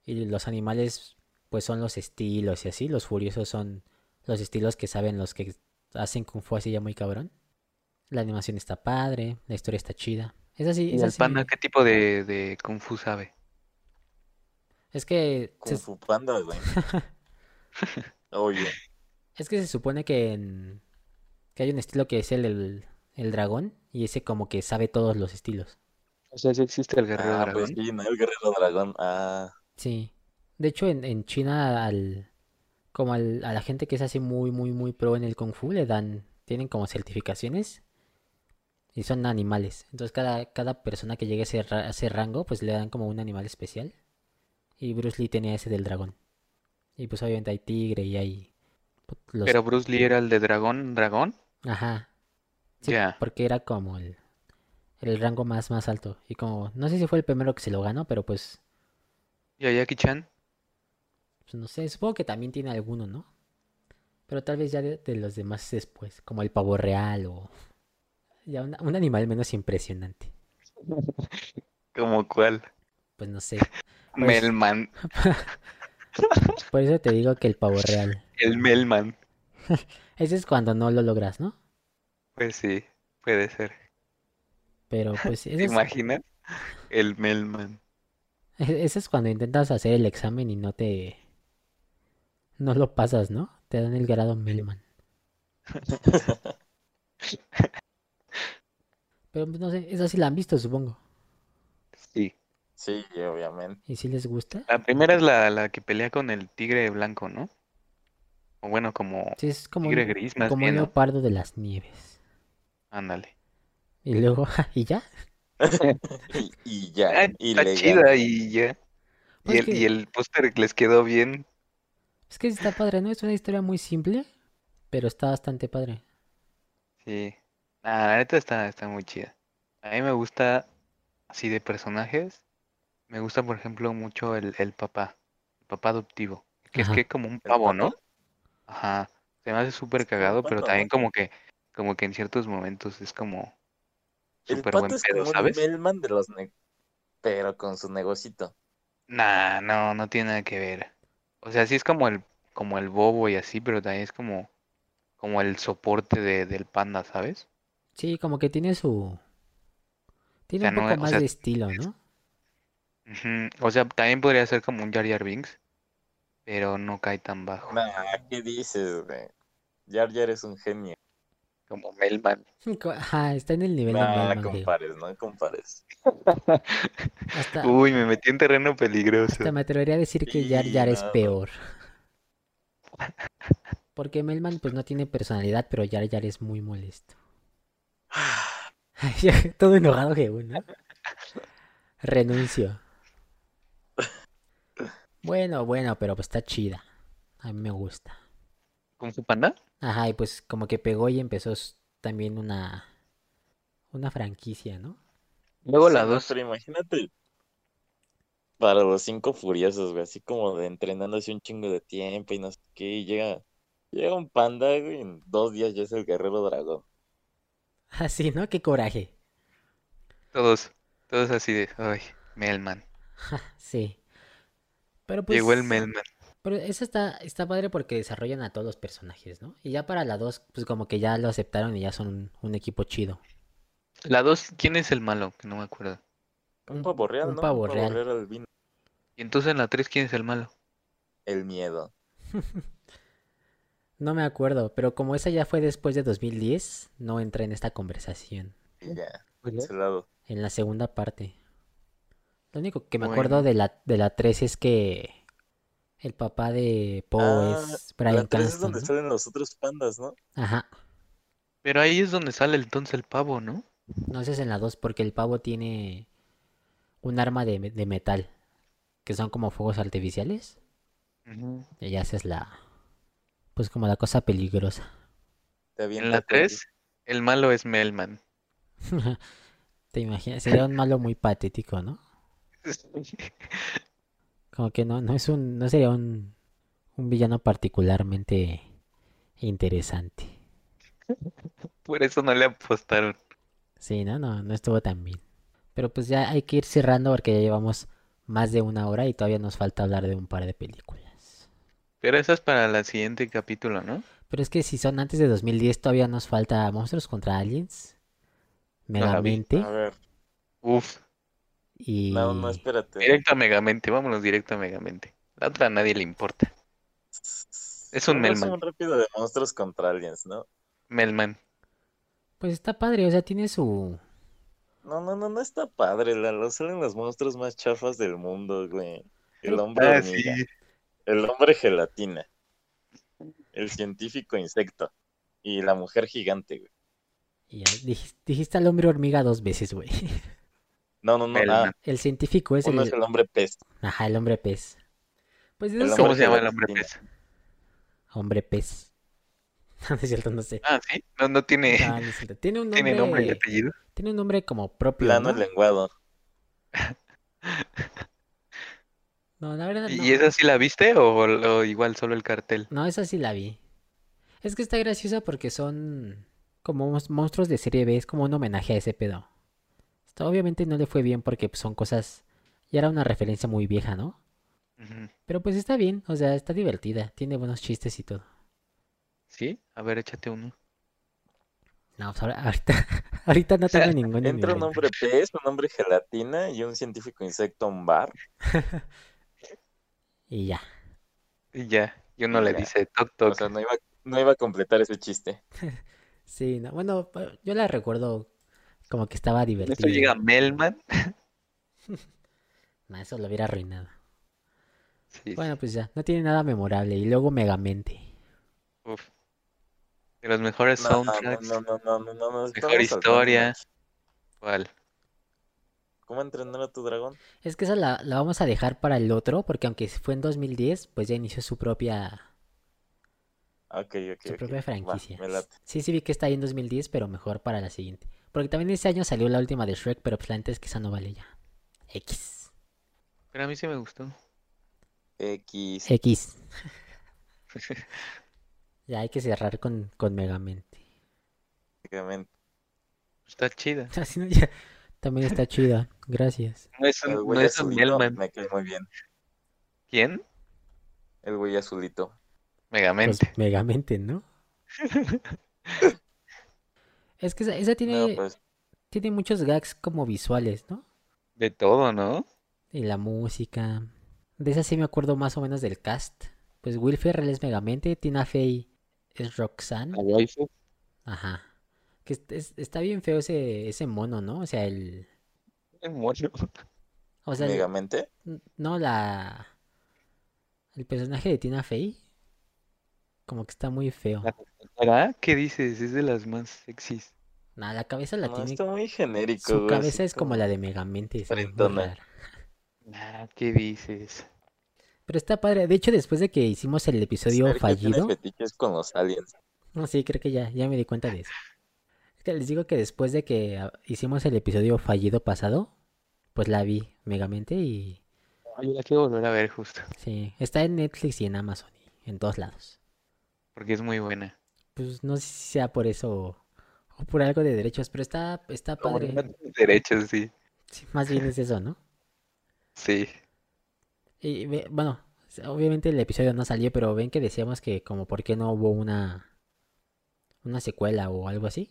y los animales pues son los estilos y así, los furiosos son los estilos que saben los que hacen kung fu así ya muy cabrón. La animación está padre, la historia está chida. Es así,
¿Y
es
el
así.
panda qué tipo de, de Kung Fu sabe?
Es que se-
(laughs)
Kung Fu Panda, güey. Oye,
Es que se supone que, en- que hay un estilo que es el, el, el dragón y ese como que sabe todos los estilos.
O sea, sí existe el guerrero
Ah, pues
dragón.
sí, ¿no? El guerrero dragón. Ah,
Sí. De hecho, en, en China, al, como al- a la gente que es así muy, muy, muy pro en el Kung Fu, le dan, tienen como certificaciones y son animales. Entonces, cada, cada persona que llegue a ese, ra- a ese rango, pues le dan como un animal especial. Y Bruce Lee tenía ese del dragón. Y pues obviamente hay tigre y hay put- los...
Pero Bruce Lee era el de dragón, dragón.
Ajá. Sí,
Ya.
porque era como el, el rango más, más alto. Y como, no sé si fue el primero que se lo ganó, pero pues,
Y a Jackie (laughs) Chan.
pues no sé, supongo que también tiene alguno, ¿no? Pero tal vez ya de, de los demás después, como el pavo real o (laughs) ya un, un animal menos impresionante.
¿Como cuál?
Pues no sé. Pues-
Melman.
Por eso te digo que el pavo real.
El Melman.
Ese es cuando no lo logras, ¿no?
Pues sí, puede ser.
Pero pues
¿Te
ese es,
imaginas? El Melman.
e- ese es cuando intentas hacer el examen y no te... No lo pasas, ¿no? Te dan el grado Melman. Pero pues, no sé, esa sí la han visto, supongo.
Sí.
sí, obviamente.
¿Y si les gusta?
La primera es la, la que pelea con el tigre blanco, ¿no? O bueno, como
Sí, es como
tigre
un,
gris más
como un
bien. ¿no?
leopardo de las nieves.
Ándale.
Y luego, (laughs) ¿y ya?
Y, y ya,
Ah,
ilegal.
Está chida y ya.
Pues
Y
es
el,
que-
y el póster les quedó bien.
Es que está padre, ¿no? Es una historia muy simple, pero está bastante padre.
Sí. Ah, la neta está, está muy chida. A mí me gusta, así de personajes, me gusta, por ejemplo, mucho el, el papá, el papá adoptivo, que
Ajá.
es que como un pavo, ¿no?
papá?
Ajá. Se me hace súper
Está
cagado, pero
guapo,
también
¿no?
como que, como que en ciertos momentos es como
El
súper
pato
buen
es
pedo,
como un
¿sabes?
Melman de los ne- pero con su negocito.
Nah, no, no tiene nada que ver. O sea, sí es como el, como el bobo y así, pero también es como, como el soporte de, del panda, ¿sabes?
Sí, como que tiene su... Tiene
sea,
un
no,
poco
o
más
sea,
de estilo, ¿no? (laughs)
Ujú, O sea, también podría ser como un Jar Jar Binks, pero no cae tan bajo.
Nah, ¿qué dices, güey? Jar Jar es un genio.
Como Melman.
Co- Ajá, está en el nivel de
Nah,
Melman, güey.
compares, no compares.
Hasta,
Uy, me metí en terreno peligroso.
hasta Este me atrevería a decir que Jar
Sí,
Jar es
no, no.
peor. Porque Melman pues no tiene personalidad, pero Jar Jar es muy molesto.
Ah.
Ay, ya, (laughs) Todo enojado que uno. Renuncio. Bueno, bueno, pero pues está chida. A mí me gusta.
¿Con su panda?
Ajá, y pues como que pegó y empezó s- también una una franquicia, ¿no? (laughs)
Luego la
Sí, no,
dos.
Pero imagínate. Para los cinco furiosos, güey, así como de entrenándose un chingo de tiempo y no sé qué, y llega, llega un panda, güey, y en dos días ya es el guerrero dragón.
Así, ¿no? Qué coraje.
Todos, todos así de, ay, Melman.
Sí. Pero pues
Llegó el Melman.
pero eso está está padre porque desarrollan a todos los personajes, ¿no? Y ya para la 2 pues como que ya lo aceptaron y ya son un, un equipo chido.
La dos, ¿quién es el malo? Que no me acuerdo.
Un-
Un pavo real,
un
¿no?
pavo real.
albino.
Y entonces en la tres, ¿quién es el malo?
El miedo.
No me acuerdo, pero como esa ya fue después de 2010, no entra en esta conversación.
Y ya, ese lado.
En la segunda parte. Lo único que me
Bueno.
acuerdo de la, de la 3 es que el papá de Poe
Ah,
es
La
Brian
tres es
Cranston,
donde
¿no?
salen los otros pandas, ¿no?
Ajá.
Pero ahí es donde sale entonces el pavo, ¿no?
No esa es en la 2 porque el pavo tiene un arma de, de metal. Que son como fuegos artificiales.
Ujú.
Y ya esa es la... Pues como la cosa peligrosa.
Te
En
avienta
la
cualquier-
tres, el malo es Melman. (laughs)
¿Te imaginas? Sería un malo muy patético, ¿no? Como que no, no es un, no sería un, un villano particularmente interesante.
Por eso no le apostaron.
Sí, no, no, no estuvo tan bien. Pero pues ya hay que ir cerrando porque ya llevamos más de una hora y todavía nos falta hablar de un par de películas.
Pero eso es para el siguiente capítulo, ¿no?
Pero es que si son antes de 2010 todavía nos falta Monstruos contra Aliens,
la vi.
Megamente
A ver,
Uf.
y...
no, no, espérate.
Directo a Megamente, vámonos directo a Megamente. La otra a nadie le importa. Es un Melman.
resumen rápido de monstruos contra aliens, ¿no?
Melman.
Pues está padre, o sea, tiene su...
No, no, no, no está padre, Lalo. Salen los monstruos más chafas del mundo, güey. El hombre
Ah, sí.
hormiga, el hombre gelatina, el científico insecto y la mujer gigante, güey.
y ya, dijis- dijiste al hombre hormiga dos veces, güey. (laughs)
No, no, no,
El-
ah,
El científico es
uno
el...
es el hombre pez.
Ajá, el hombre pez. Pues de
El
eso...
¿Cómo
Hombre,
hombre-
se llama el hombre
(laughs) pez.
pez?
No, no es cierto, no sé.
Ah, sí. No, no tiene, (laughs)
No, Ah, no es cierto. Tiene un nombre...
tiene nombre y apellido.
Tiene un nombre como propio,
Plano
¿no?
lenguado.
No, la verdad no.
¿Y esa sí la viste o, o igual solo el cartel?
No, esa sí la vi. Es que está graciosa porque son como mos- monstruos de serie B, es como un homenaje a ese pedo. Esto obviamente no le fue bien porque pues, son cosas, ya era una referencia muy vieja, ¿no?
Ujú.
Pero pues está bien, o sea, está divertida, tiene buenos chistes y todo.
¿Sí? A ver, échate uno.
No, pues ahora- ahorita, (laughs) ahorita no
sea,
tengo ningún en mi
Entra un
mente.
hombre pez, un hombre gelatina y un científico insecto a un bar.
Y ya.
Y ya. Y uno
Y
le
ya.
dice toc
O
toc.
sea, no iba, no iba a completar ese chiste.
Sí, no, bueno, pa- yo la recuerdo como que estaba
Esto
divertida.
llega Melman.
No, eso lo hubiera arruinado.
Sí,
Bueno, pues ya, no tiene nada memorable. Y luego Megamente.
sí, uf. De los mejores
No, no,
soundtracks.
no, no, no, no, no, no,
Mejor
estamos saltando
historia.
mucho.
¿Cuál?
¿Cómo entrenar a tu dragón?
Es que esa la, la vamos a dejar para el otro, porque aunque fue en 2010, pues ya inició su propia,
Ah, Ok, ok,
su
ok.
propia
Va,
franquicia.
me late.
Sí, sí vi que está ahí en 2010, pero mejor para la siguiente. Porque también ese año salió la última de Shrek, pero pues la antes que esa no vale ya. X.
Pero a mí sí me gustó. (laughs)
X.
X. ya hay que cerrar con, con Megamente.
Prácticamente.
Está chida.
(laughs) Así Ah, no, ya- También está chida, gracias.
No es
El
un,
güey
Pues no es un
azulito
Melman.
me cae muy bien.
¿Quién?
El güey azulito.
Pues
Megamente.
Megamente,
(laughs)
¿no? es que esa, esa tiene,
No, pues,
tiene muchos gags como visuales, ¿no?
De todo, ¿no?
Y la música. De esa sí me acuerdo más o menos del cast. Pues Will Ferrell es Megamente, Tina Fey es Roxanne. Ajá. Que est- es- está bien feo ese, ese mono, ¿no? O sea, el...
Es mono.
O sea, el-
Megamente.
n- no, la... El personaje de Tina Fey. Como que está muy feo.
La- ¿Verdad? ¿Qué dices? Es de las más sexys.
Nada, la cabeza la
No,
tiene...
está muy genérico.
Su
güey,
cabeza
así
es como la de Megamente. es muy
Frentona.
rara.
Ah, ¿qué dices?
Pero está padre. De hecho, después de que hicimos el episodio
Sergio tiene
fallido...
fetiches con los aliens.
No, sí, creo que ya, ya me di cuenta de eso. Es que les digo que después de que ah, hicimos el episodio fallido pasado, pues la vi megamente y
Ah, yo la quiero volver a ver justo.
sí, está en Netflix y en Amazon y en todos lados.
Porque es muy buena.
Pues no sé si sea por eso o, o por algo de derechos, pero está, está
Como
padre.
no tienes derechos, sí.
Sí, más bien es eso, ¿no?
Sí.
Y ve- bueno, obviamente el episodio no salió, pero ven que decíamos que como por qué no hubo una una secuela o algo así.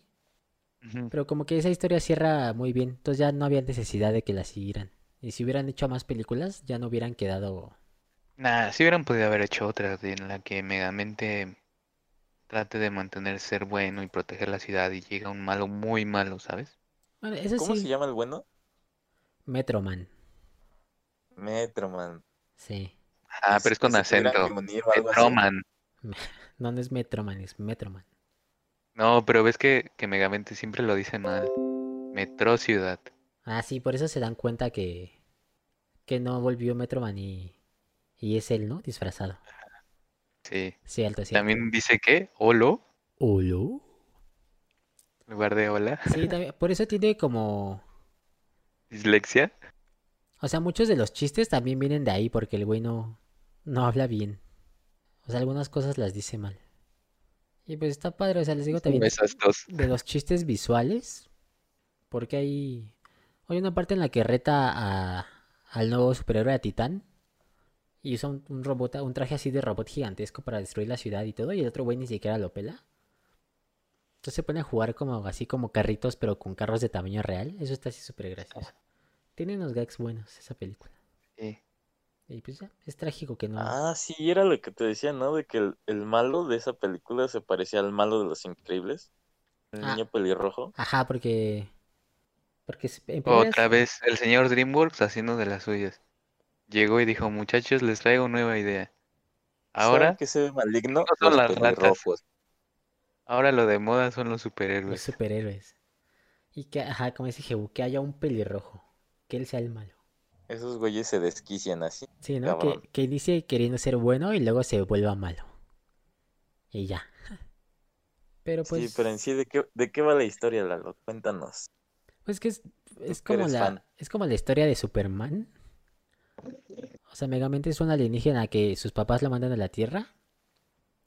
Ujú.
Pero como que esa historia cierra muy bien, entonces ya no había necesidad de que la siguieran. Y si hubieran hecho más películas, ya no hubieran quedado...
Nah, si hubieran podido haber hecho otra de- en la que Megamente trate de mantener ser bueno y proteger la ciudad y llega un malo muy malo, ¿sabes?
Bueno, eso
¿Cómo se
sí,
llama el bueno?
Metroman,
Metroman.
sí.
Ah, pero es con acento.
Metroman.
Metroman.
No, no es Metroman, es Metroman.
No, pero ves que, que Megamente siempre lo dice mal. Metro Ciudad.
Ah, sí, por eso se dan cuenta que... Que no volvió Metroman y... Y es él, ¿no? Disfrazado.
Sí.
Cierto, cierto.
También dice que Olo,
¿Olo?
en lugar de hola. (laughs)
Sí, también, por eso tiene como...
Dislexia.
O sea, muchos de los chistes también vienen de ahí porque el güey no, no habla bien. O sea, algunas cosas las dice mal. Y pues está padre, o sea, les digo también
Esas dos.
de los chistes visuales. Porque hay, hay una parte en la que reta a, al nuevo superhéroe a Titán. Y usa un, un robot, un traje así de robot gigantesco para destruir la ciudad y todo. Y el otro güey ni siquiera lo pela. Entonces se pone a jugar como así como carritos, pero con carros de tamaño real. Eso está así súper gracioso. Tiene unos gags buenos esa película.
Sí.
Y pues ya, es trágico que no.
Ah, sí, era lo que te decía, ¿no? De que el, el malo de esa película se parecía al malo de Los Increíbles. El
Ah.
niño pelirrojo.
Ajá, porque. Porque se- en primeras-
Otra vez el señor DreamWorks haciendo de las suyas. Llegó y dijo, muchachos, les traigo nueva idea. Ahora,
¿Saben qué se ve maligno?
no son
Los
las ratas.
pelirrojos.
ahora lo de moda son los
los
superhéroes.
superhéroes. Y que, ajá, como dice Jebu, que haya un pelirrojo. Que él sea el malo.
Esos güeyes se desquician así.
Sí, ¿no? Que,
Cabrón.
que inicie queriendo ser bueno y luego se vuelva malo. Y ya. (laughs) Pero pues.
Sí, pero en sí, ¿de qué, ¿de qué va la historia, Lalo? Cuéntanos.
Pues que es, es
que
como
eres
la,
fan.
es como la historia de Superman. O sea, Megamente es un alienígena que sus papás lo mandan a la Tierra.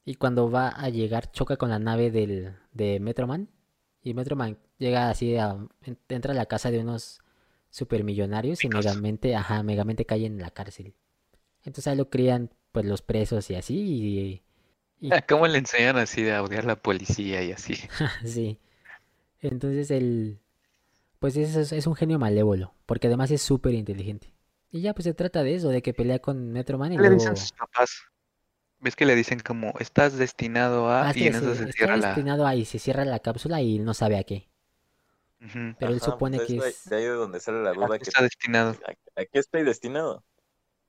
Y cuando va a llegar, choca con la nave del, de Metroman. Y Metroman llega así, a, en- entra a la casa de unos supermillonarios y
Ricos.
Megamente, ajá, Megamente cae en la cárcel. Entonces ahí lo crían pues los presos y así. Y, y-
(laughs) Ah, ¿Cómo le enseñan así de odiar a la policía
(laughs)
y así?
Sí. Entonces el... Pues es, es- es un genio malévolo, porque además es súper inteligente. Y ya, pues se trata de eso, de que pelea con Metroman y
¿Qué le
luego...
dicen sus papás? ¿Ves que le dicen como, estás destinado a...
Ah,
y
sí,
en eso
sí,
se
está
cierra la...
destinado ahí, se cierra la cápsula y él no sabe a qué.
Ujú,
Pero él
Ajá,
supone
pues
que
de-
es...
De ahí de donde sale la
¿a
duda
qué
que...
está destinado?
¿A, a qué estoy destinado?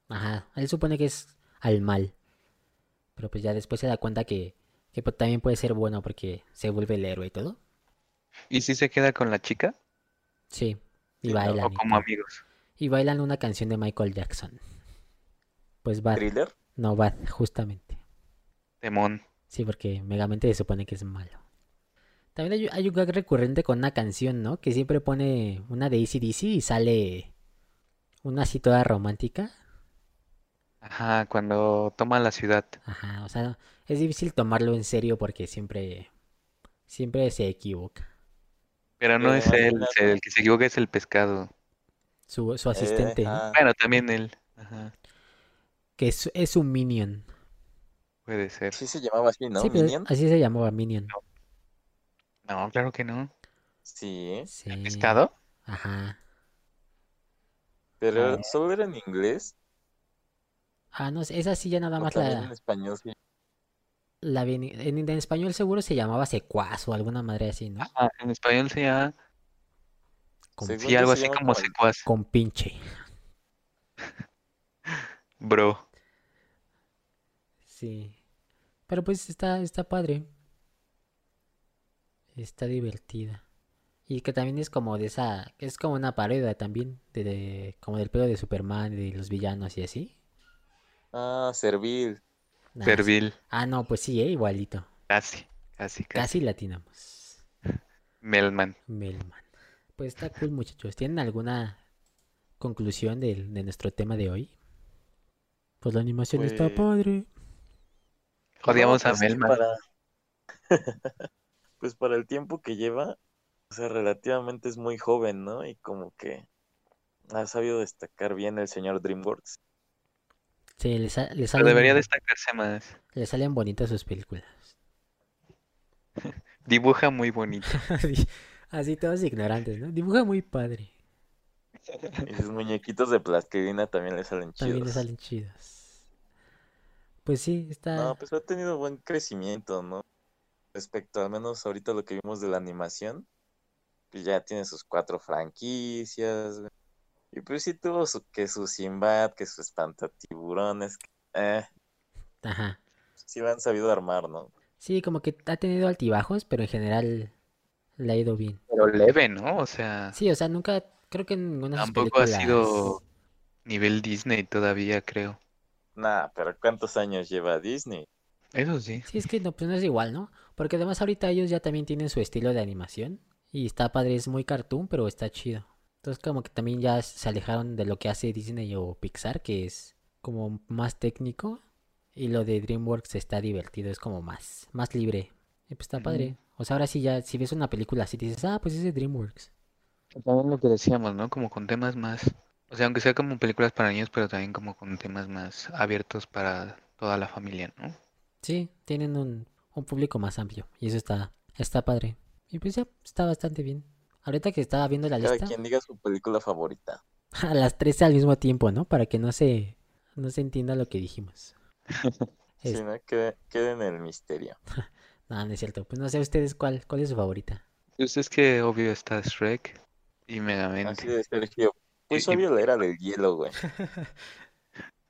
Ajá, él supone que es al mal. Pero pues ya después se da cuenta que, que pues, también puede ser bueno porque se vuelve el héroe y todo.
¿Y si se queda con la chica?
Sí, y
Sí, ¿no? O
bailan.
¿O
y
como
todo.
amigos?
Y bailan una canción de Michael Jackson. Pues Bad,
¿Thriller?
no Bad, justamente.
Temón.
Sí, porque Megamente se supone que es malo. También hay, hay un gag recurrente con una canción, ¿no? Que siempre pone una de Easy DC y sale una así toda romántica.
Ajá, cuando toma la ciudad.
Ajá, o sea, es difícil tomarlo en serio porque siempre, siempre se equivoca.
Pero no
Pero
es
más que
él,
nada-
es el que se equivoca es el pescado.
Su,
Eh,
su asistente, ¿no?
Ajá.
Bueno, también él. Ajá,
Que es, es un minion.
puede ser.
pues, Sí ah, se llamaba así, ¿no?
Sí, pero
¿Minion?
así se llamaba minion.
No, claro que no.
Sí,
Sí.
Eh, ¿Pescado?
Ajá.
pero
Ah.
solo era en inglés.
Ah, no, sé, esa sí ya nada
o
más
también en
la,
español, sí.
la vi en, en- en español seguro se llamaba secuaz o alguna madre así, ¿no?
Ajá, Ah, en español se llama.
Con,
Sí,
Según yo
algo
se
así
llama
como
el-
secuaz.
con pinche.
Bro.
Sí. Pero pues está, está padre. Está divertida. Y que también es como de esa, es como una parodia también, de, de- como del pedo de Superman, de los villanos y así.
Ah, servil.
Nah, sí.
Servil.
Ah, no, pues sí, eh, igualito.
Casi, casi, casi.
Casi latinamos.
Melman.
Melman. Pues está cool, muchachos. ¿Tienen alguna conclusión del- de, nuestro tema de hoy? Pues la animación está
Pues-
padre.
Odiamos
No,
a
pues sí,
Melman.
para- (laughs) pues para el tiempo que lleva, o sea, relativamente es muy joven, ¿no? Y como que ha sabido destacar bien el señor DreamWorks.
Sí, le, sa- le
Pero debería
salen-
destacarse más.
le salen bonitas sus películas.
Dibuja muy (laughs) bonito.
(laughs) Así, así todos ignorantes, ¿no? Dibuja muy padre.
Y sus muñequitos de plastilina también le salen
También le
chidos.
salen chidos. Pues sí, está.
No, pues ha tenido buen crecimiento, ¿no? Respecto al menos ahorita lo que vimos de la animación, pues ya tiene sus cuatro franquicias, güey. Y pues sí tuvo su- que su Sinbad, que su Espantatiburones, que, eh,
Ajá.
sí la han sabido armar, ¿no?
Sí, como que ha tenido altibajos, pero en general le ha ido bien.
Pero leve, ¿no? O sea,
Sí, o sea, nunca. Creo que en ninguna de sus
Ah. tampoco ha
películas.
sido nivel Disney todavía, creo.
Nah, pero ¿cuántos años lleva Disney?
Eso sí.
Sí, es que no, pues no es igual, ¿no? Porque además ahorita ellos ya también tienen su estilo de animación. Y está padre, es muy cartoon, pero está chido. Entonces como que también ya se alejaron de lo que hace Disney o Pixar, que es como más técnico. Y lo de DreamWorks está divertido, es como más, más libre. Y pues está
Ujú.
padre. O sea, ahora sí ya, si ves una película así, dices, ah, pues es de DreamWorks.
También lo que decíamos, ¿no? Como con temas más, o sea, aunque sea como películas para niños, pero también como con temas más abiertos para toda la familia, ¿no?
Sí, tienen un, un público más amplio. Y eso está, está padre. Y pues ya, está bastante bien. Ahorita que estaba viendo la
Cada
lista... (laughs)
quien diga su película favorita.
A las 13 al mismo tiempo, ¿no? Para que no se no se entienda lo que dijimos. Es-
Sí, ¿no? Queda, queda en el misterio.
No, no es cierto. Pues no sé ustedes cuál, cuál es su favorita.
Pues es que obvio está Shrek y Megamente.
Así de Sergio. Pues
Y- y-
obvio la era del hielo, güey.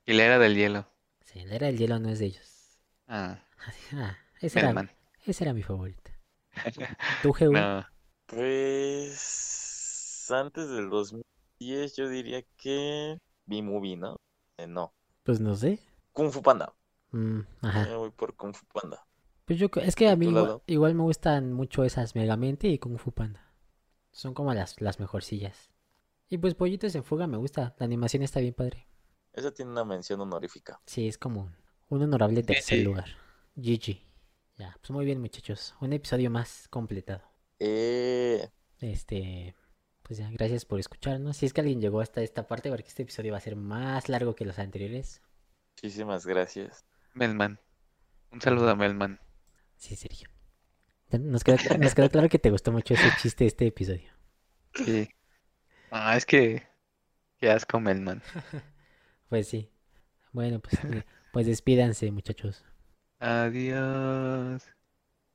Y la era del hielo.
Sí, la era del hielo no es de ellos. (laughs)
Ah,
Ah, esa era,
Melman.
esa era mi favorita.
(laughs)
¿Tú, GU?
No,
Pues antes del 2010 yo diría que B-Movie, ¿no? Eh, no.
Pues no sé.
Kung Fu Panda.
Mm, ajá.
Yo voy por Kung Fu Panda.
Pues yo, creo- es que a
¿Por
mí
tu
igual,
lado?
igual me gustan mucho esas Megamente y Kung Fu Panda. Son como las, las mejorcillas. Y pues Pollitos en Fuga me gusta. La animación está bien padre.
Esa tiene una mención honorífica.
Sí, es como un, un honorable tercer
GG.
lugar. GG. Ya, pues muy bien muchachos. Un episodio más completado.
Eh,
Este, pues ya, gracias por escucharnos. Si es que alguien llegó hasta esta parte, porque este episodio va a ser más largo que los anteriores.
muchísimas gracias.
Melman. Un saludo a Melman.
Sí, Sergio. Nos quedó, nos quedó claro que te gustó mucho ese chiste, de este episodio.
Sí. Ah, es que. Qué asco, Melman.
Pues sí. Bueno, pues, eh, pues despídanse, muchachos.
Adiós.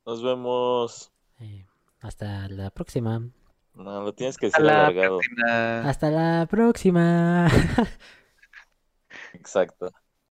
Nos vemos.
Eh, hasta la próxima.
No, lo tienes que
A
decir
la Ah.
alargado.
próxima.
(laughs) Hasta la próxima.
Exacto.